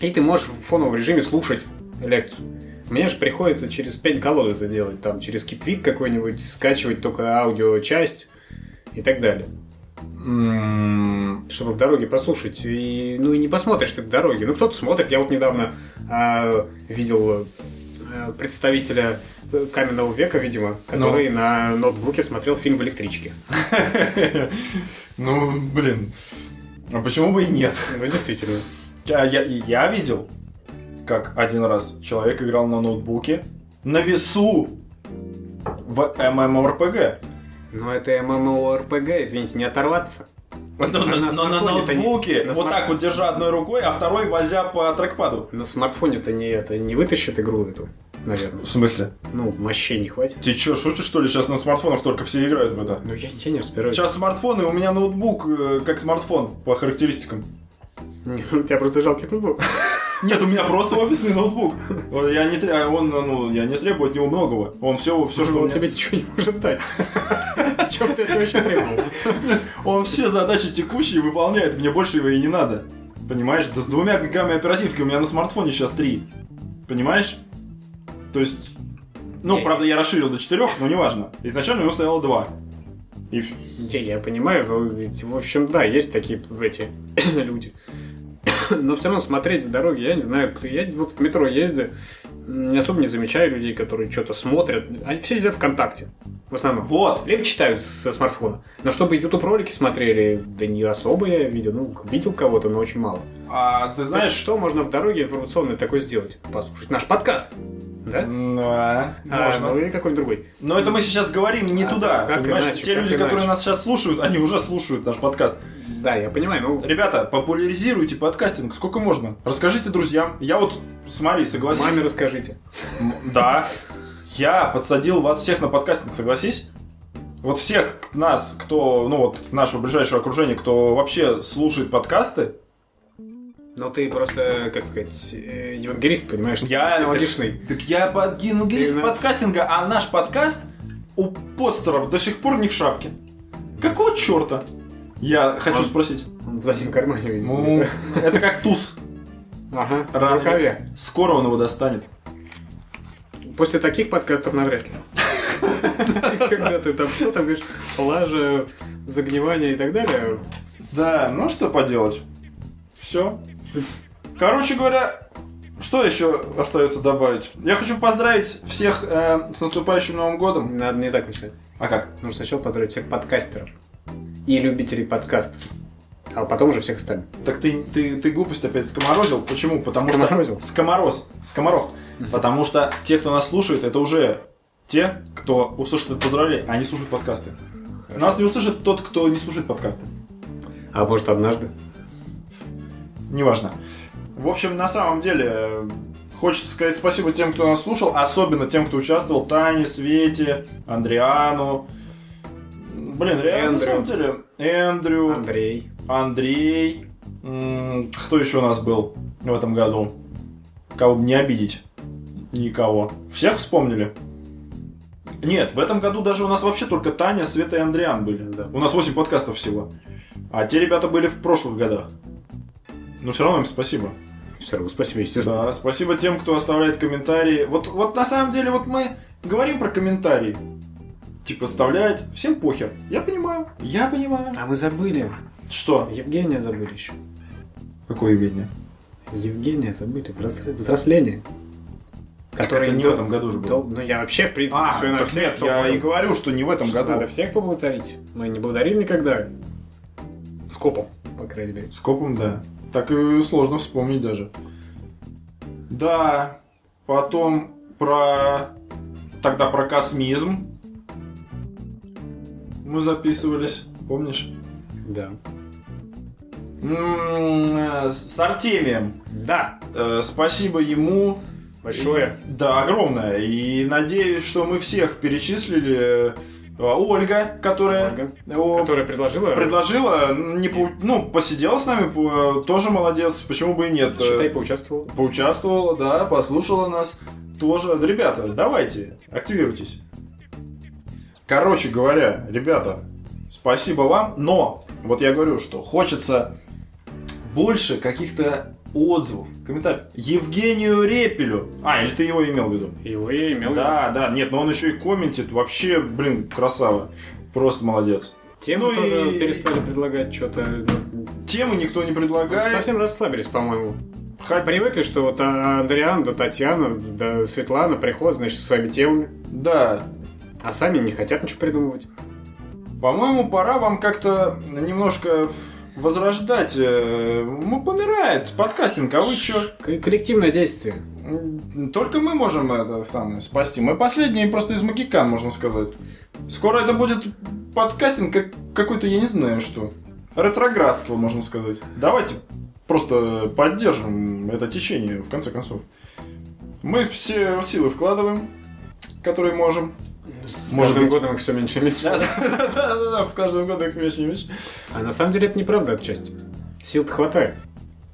И ты можешь в фоновом режиме слушать лекцию. Мне же приходится через 5 колод это делать, там, через китвит какой-нибудь, скачивать только аудиочасть и так далее.
М,
чтобы в дороге послушать. И, ну и не посмотришь ты в дороге. Ну кто-то смотрит. Я вот недавно а, видел э, представителя э, каменного века, видимо, который на ноутбуке смотрел фильм в электричке.
[LAUGHS] Ну, блин. А почему бы и нет?
Ну действительно.
Я, А я, я видел, как один раз человек играл на ноутбуке на весу в ММОРПГ.
Но Ну, это ММОРПГ, извините, не оторваться.
Но, но-
На- на
но на
смартфоне-то не-
ноутбуке,
на
вот
смарт-
так вот держа одной рукой, а второй возя по трекпаду.
На смартфоне-то не это не вытащит игру эту, наверное.
В смысле?
Ну, мощей не хватит.
Ты чё, шутишь что ли? Сейчас на смартфонах только все играют в это.
Ну я, я не разбираюсь. [LAUGHS]
Сейчас смартфоны, у меня ноутбук э, как смартфон по характеристикам.
У тебя просто жалкий ноутбук.
Нет, у меня просто офисный ноутбук. Вот Я не, тря- он, ну, я не требую от него многого. Он все, все, что у
он
меня-
Ну, тебе ничего не может [LAUGHS] дать. Чем ты это вообще требовал?
Он все задачи текущие выполняет, мне больше его и не надо. Понимаешь? Да с двумя гигами оперативки. У меня на смартфоне сейчас три. Понимаешь? То есть... Ну,
Я-
правда, я расширил до четырех, но неважно. Изначально у него стояло два. И ф-
Не, я понимаю, но ведь, в общем, да, есть такие эти [COUGHS] люди. Но все равно смотреть в дороге, я не знаю, я вот в метро езжу, не особо не замечаю людей, которые что-то смотрят. Они все сидят ВКонтакте, в основном.
Вот.
Либо читают со смартфона. Но чтобы YouTube ролики смотрели, да не особо я видел. Ну, видел кого-то, но очень мало.
А ты
Знаешь,
знаешь...
что можно в дороге информационное такое сделать? Послушать наш подкаст. Да?
Да,
А,
можно.
ну или какой-нибудь другой.
Но это мы сейчас говорим не
А,
туда.
как
понимаешь?
иначе,
Те
как
люди, которые
иначе.
нас сейчас слушают, они уже слушают наш подкаст.
Да, я понимаю, ну,
Ребята, популяризируйте подкастинг сколько можно. Расскажите друзьям. Я вот, смотри, согласись.
маме расскажите.
М, Да. Я подсадил вас всех на подкастинг, согласись? Вот всех нас, кто, ну вот, нашего ближайшего окружения, кто вообще слушает подкасты,
Ну, ты просто, как сказать, э, евангелист, понимаешь?
Я-
аналогичный.
так я под гингист
Ты на-
подкастинга, а наш подкаст у постеров до сих пор не в шапке. Какого черта? Я хочу
Он-
спросить.
Он в заднем кармане, видимо.
Ну,
где-то.
это как туз.
Ага,
рано
в рукаве.
Скоро он его достанет.
После таких подкастов навряд ли. [LAUGHS] Когда ты там что-то говоришь, лажа, загнивание и так далее.
Да, ну что поделать. Все. Короче говоря, что еще остается добавить? Я хочу поздравить всех э, с наступающим Новым годом.
Надо не так начинать.
А как?
Нужно сначала поздравить всех подкастеров и любителей подкастов. А потом уже всех остальных.
Так ты, ты, ты глупость опять скоморозил. Почему? Потому
Скоморозил?
что... Скомороз. Скоморох. Потому что те, кто нас слушает, это уже те, кто услышит это поздравление, они слушают подкасты.
Хорошо.
Нас не услышит тот, кто не слушает подкасты.
А может, однажды?
Неважно. В общем, на самом деле, э, хочется сказать спасибо тем, кто нас слушал, особенно тем, кто участвовал. Тане, Свете, Андриану. Блин, реально, на
Эндрю.
самом деле. Эндрю,
Андрей.
Андрей. М, Кто еще у нас был в этом году? Кого бы не обидеть? Никого. Всех вспомнили? Нет, в этом году даже у нас вообще только Таня, Света и Андриан были.
Да.
У нас 8 подкастов всего. А те ребята были в прошлых годах. Но все равно им спасибо.
Все равно спасибо, естественно.
Да, спасибо тем, кто оставляет комментарии. Вот, вот на самом деле, вот мы говорим про комментарии. Типа оставляет. Всем похер. Я понимаю. Я понимаю.
А мы забыли.
Что?
Евгения забыли еще.
Какое явление?
Евгения забыли. Взрос- Взросление.
Который не в этом году же
дол-
был.
Ну, я вообще, в принципе,
А,
всё на
так
всех
нет,
кто
я
был.
и говорю, что не в этом
Что Надо
году.
всех поблагодарить. Мы не благодарим никогда. С копом, по крайней мере.
С копом, да. Так и сложно вспомнить даже. Да, потом про... Тогда про космизм. Мы записывались, помнишь?
Да.
М, э, С с Артемием.
Да.
Э, Спасибо ему.
Большое.
Да, огромное. И надеюсь, что мы всех перечислили. Э, Ольга, которая...
Ольга,
о,
которая предложила...
Предложила, не поу- ну, посидела с нами, по- тоже молодец, почему бы и нет.
Считай,
Э,
поучаствовал.
Поучаствовала, да, послушала нас тоже. Ребята, давайте, активируйтесь. Короче говоря, ребята, спасибо вам, но вот я говорю, что хочется больше каких-то отзывов, комментариев. Евгению Репелю. А, или ты его имел в виду?
Его я имел. в виду.
Да, да, нет, но он еще и комментит. Вообще, блин, красава. Просто молодец.
Темы
Ну
тоже
и-
перестали предлагать что-то.
Темы никто не предлагает.
Совсем расслабились, по-моему.
Хотя-
Привыкли, что вот а, Адриан, да Татьяна, да Светлана приходят, значит, со своими темами.
Да,
А сами не хотят ничего придумывать.
по-моему, пора вам как-то немножко возрождать. э, Ну, помирает подкастинг, а вы чё?
К- коллективное действие.
М, Только мы можем это самое спасти. Мы последние просто из Магикан, можно сказать. Скоро это будет подкастинг как какой-то, я не знаю что. Ретроградство, можно сказать. Давайте просто поддержим это течение, в конце концов. Мы все силы вкладываем, которые можем.
С
Может
каждым
быть.
годом их все меньше и меньше.
Да-да-да, в каждом году их меньше и меньше.
А на самом деле это неправда отчасти. Сил-то хватает.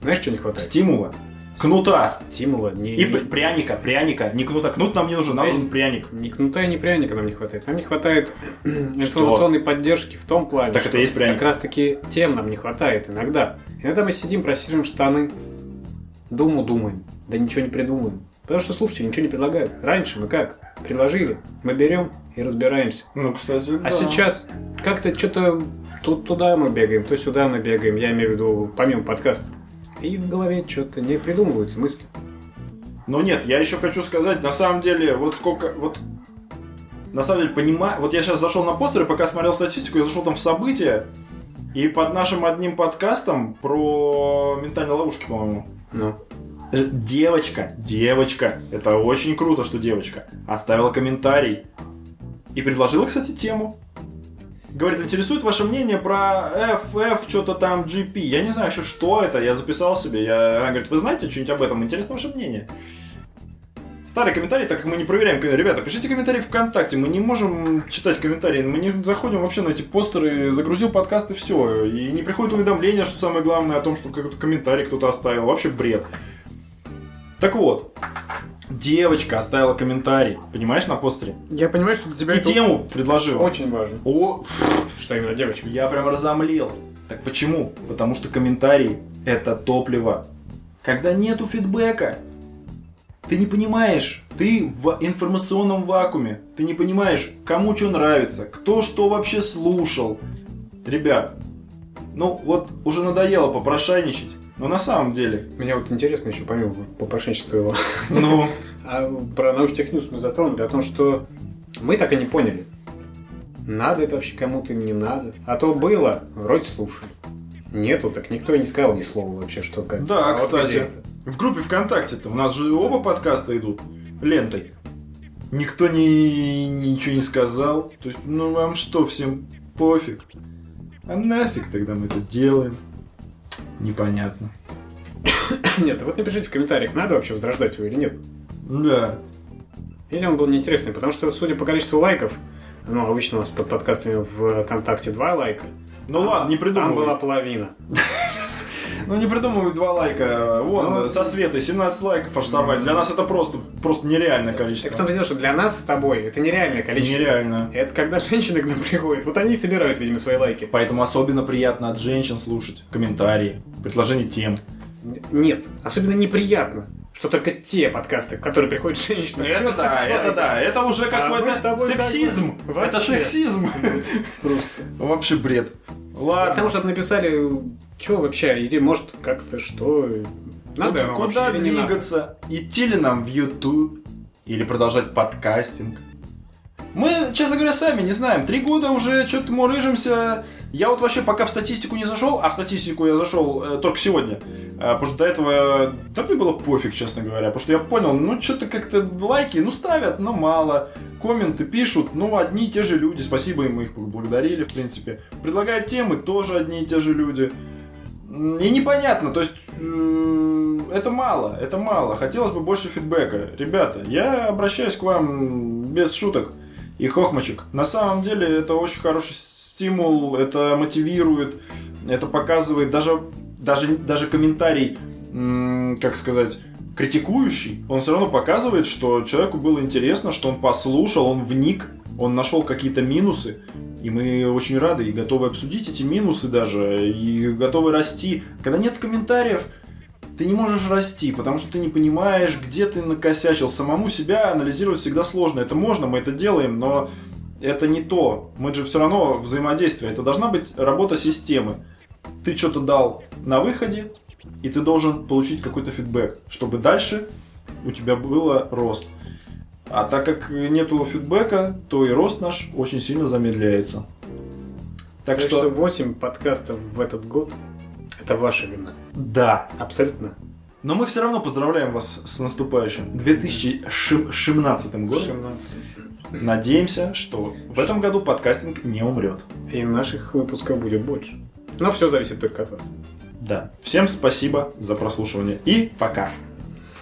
Знаешь, что не хватает?
Стимула. Кнута.
Стимула. Не,
И
не-
п- пряника, пряника. Не кнута. Кнут нам не нужен, нам нужен пряник.
ни кнута и ни пряника нам не хватает. Нам не хватает [CLEARS THROAT] информационной поддержки в том плане,
Так это и есть пряник.
как раз-таки тем нам не хватает иногда. Иногда мы сидим, просиживаем штаны, думу думаем, да ничего не придумаем. Потому что слушайте, ничего не предлагают. Раньше мы как? Предложили, мы берем и разбираемся.
Ну, кстати,
А сейчас как-то что-то тут туда мы бегаем, то сюда мы бегаем, я имею в виду помимо подкаста. И в голове что-то не придумываются мысли.
Ну нет, я еще хочу сказать, на самом деле, вот сколько, вот на самом деле понимаю, вот я сейчас зашел на постер и пока смотрел статистику, я зашел там в события, и под нашим одним подкастом про ментальные ловушки, по-моему,
Ну.
Э, девочка, девочка, это очень круто, что девочка, оставила комментарий и предложила, кстати, тему. Говорит, интересует ваше мнение про FF, что-то там GP. Я не знаю еще, что это, я записал себе. Я... Она говорит, вы знаете что-нибудь об этом? Интересно ваше мнение. Старый комментарий, так как мы не проверяем. ком- Ребята, пишите комментарии ВКонтакте. Мы не можем читать комментарии. Мы не заходим вообще на эти постеры. Загрузил подкаст и все. И не приходит уведомление, что самое главное, о том, что какой-то комментарий кто-то оставил. Вообще бред. Так вот, девочка оставила комментарий, понимаешь, на постере.
Я понимаю, что для тебя
И
это
тему предложила.
очень важно.
О,
Что именно девочка?
я прям разомлел. Так почему? Потому что комментарии – это топливо. Когда нету фидбэка, ты не понимаешь, ты в информационном вакууме, ты не понимаешь, кому что нравится, кто что вообще слушал. Ребят, ну вот уже надоело попрошайничать, но на самом
[LAUGHS]
деле,
Меня вот интересно еще помимо попрошничества его.
ну,
А про научтехнюс мы затронули, о том, что мы так и не поняли, надо это вообще кому-то или не надо. А то было, вроде слушали. Нету, так никто и не сказал ни слова вообще, что как.
Да,
А вот
кстати.
где это?
В группе ВКонтакте-то у нас же оба подкаста идут лентой. Никто не, ничего не сказал. То есть, ну вам что, всем пофиг? А нафиг тогда мы это делаем? Непонятно.
[COUGHS] Нет, вот напишите в комментариях, надо вообще возрождать его или нет.
Да.
Или он был неинтересный, потому что, судя по количеству лайков, ну, обычно у нас под подкастами в ВКонтакте два лайка.
Ну ладно, не
А Там
придумывай.
была половина.
Ну не придумывай два лайка. Вон,
Ну,
со Светой 17 лайков аж собрали. Для нас это просто, просто нереальное
Так в
количество.
том-то и дело, что для нас с тобой это нереальное количество.
Нереально.
Это когда [LAUGHS] женщины к нам приходят. Вот они и собирают, видимо, свои лайки.
Поэтому особенно приятно от женщин слушать комментарии, предложения тем.
Н- Нет, особенно неприятно, что только те подкасты, в которые [LAUGHS] приходят
Ну,
женщины.
Это да, это да. Это уже
А мы с
какой-то
тобой как
сексизм.
бы
Это
вообще.
сексизм.
[LAUGHS] Просто.
Вообще бред.
Потому
Ладно.
что написали, что вообще, или может как-то что... Надо оно
Ну, Куда
вообще или не надо?
двигаться? Идти ли нам в YouTube? Или продолжать подкастинг? Мы, честно говоря, сами не знаем. Три года уже что-то мы рыжимся. Я вот вообще пока в статистику не зашел, а в статистику я зашел э, только сегодня. Э, потому что до этого... Да мне было пофиг, честно говоря. Потому что я понял, ну что-то как-то лайки, ну ставят, но мало. Комменты пишут, ну одни и те же люди. Спасибо им, мы их благодарили, в принципе. Предлагают темы, тоже одни и те же люди. М, И непонятно, то есть э, это мало, это мало. Хотелось бы больше фидбэка. Ребята, я обращаюсь к вам без шуток и хохмочек. На самом деле это очень хороший стимул, это мотивирует, это показывает даже, даже, даже комментарий, м, как сказать, критикующий, он все равно показывает, что человеку было интересно, что он послушал, он вник, он нашел какие-то минусы, и мы очень рады и готовы обсудить эти минусы даже, и готовы расти. Когда нет комментариев, ты не можешь расти, потому что ты не понимаешь, где ты накосячил. Самому себя анализировать всегда сложно. Это можно, мы это делаем, но это не то. Мы же все равно взаимодействие. Это должна быть работа системы. Ты что-то дал на выходе, и ты должен получить какой-то фидбэк, чтобы дальше у тебя было рост. А так как нету фидбэка, то и рост наш очень сильно замедляется. Так
Так
что,
что 8 подкастов в этот год – это ваша вина.
да.
Абсолютно.
Но мы все равно поздравляем вас с наступающим 2017 годом.
17.
Надеемся, что в этом году подкастинг не умрет.
И наших выпусков будет больше. Но все зависит только от вас.
Да. Всем спасибо за прослушивание и пока.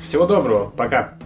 Всего доброго. Пока.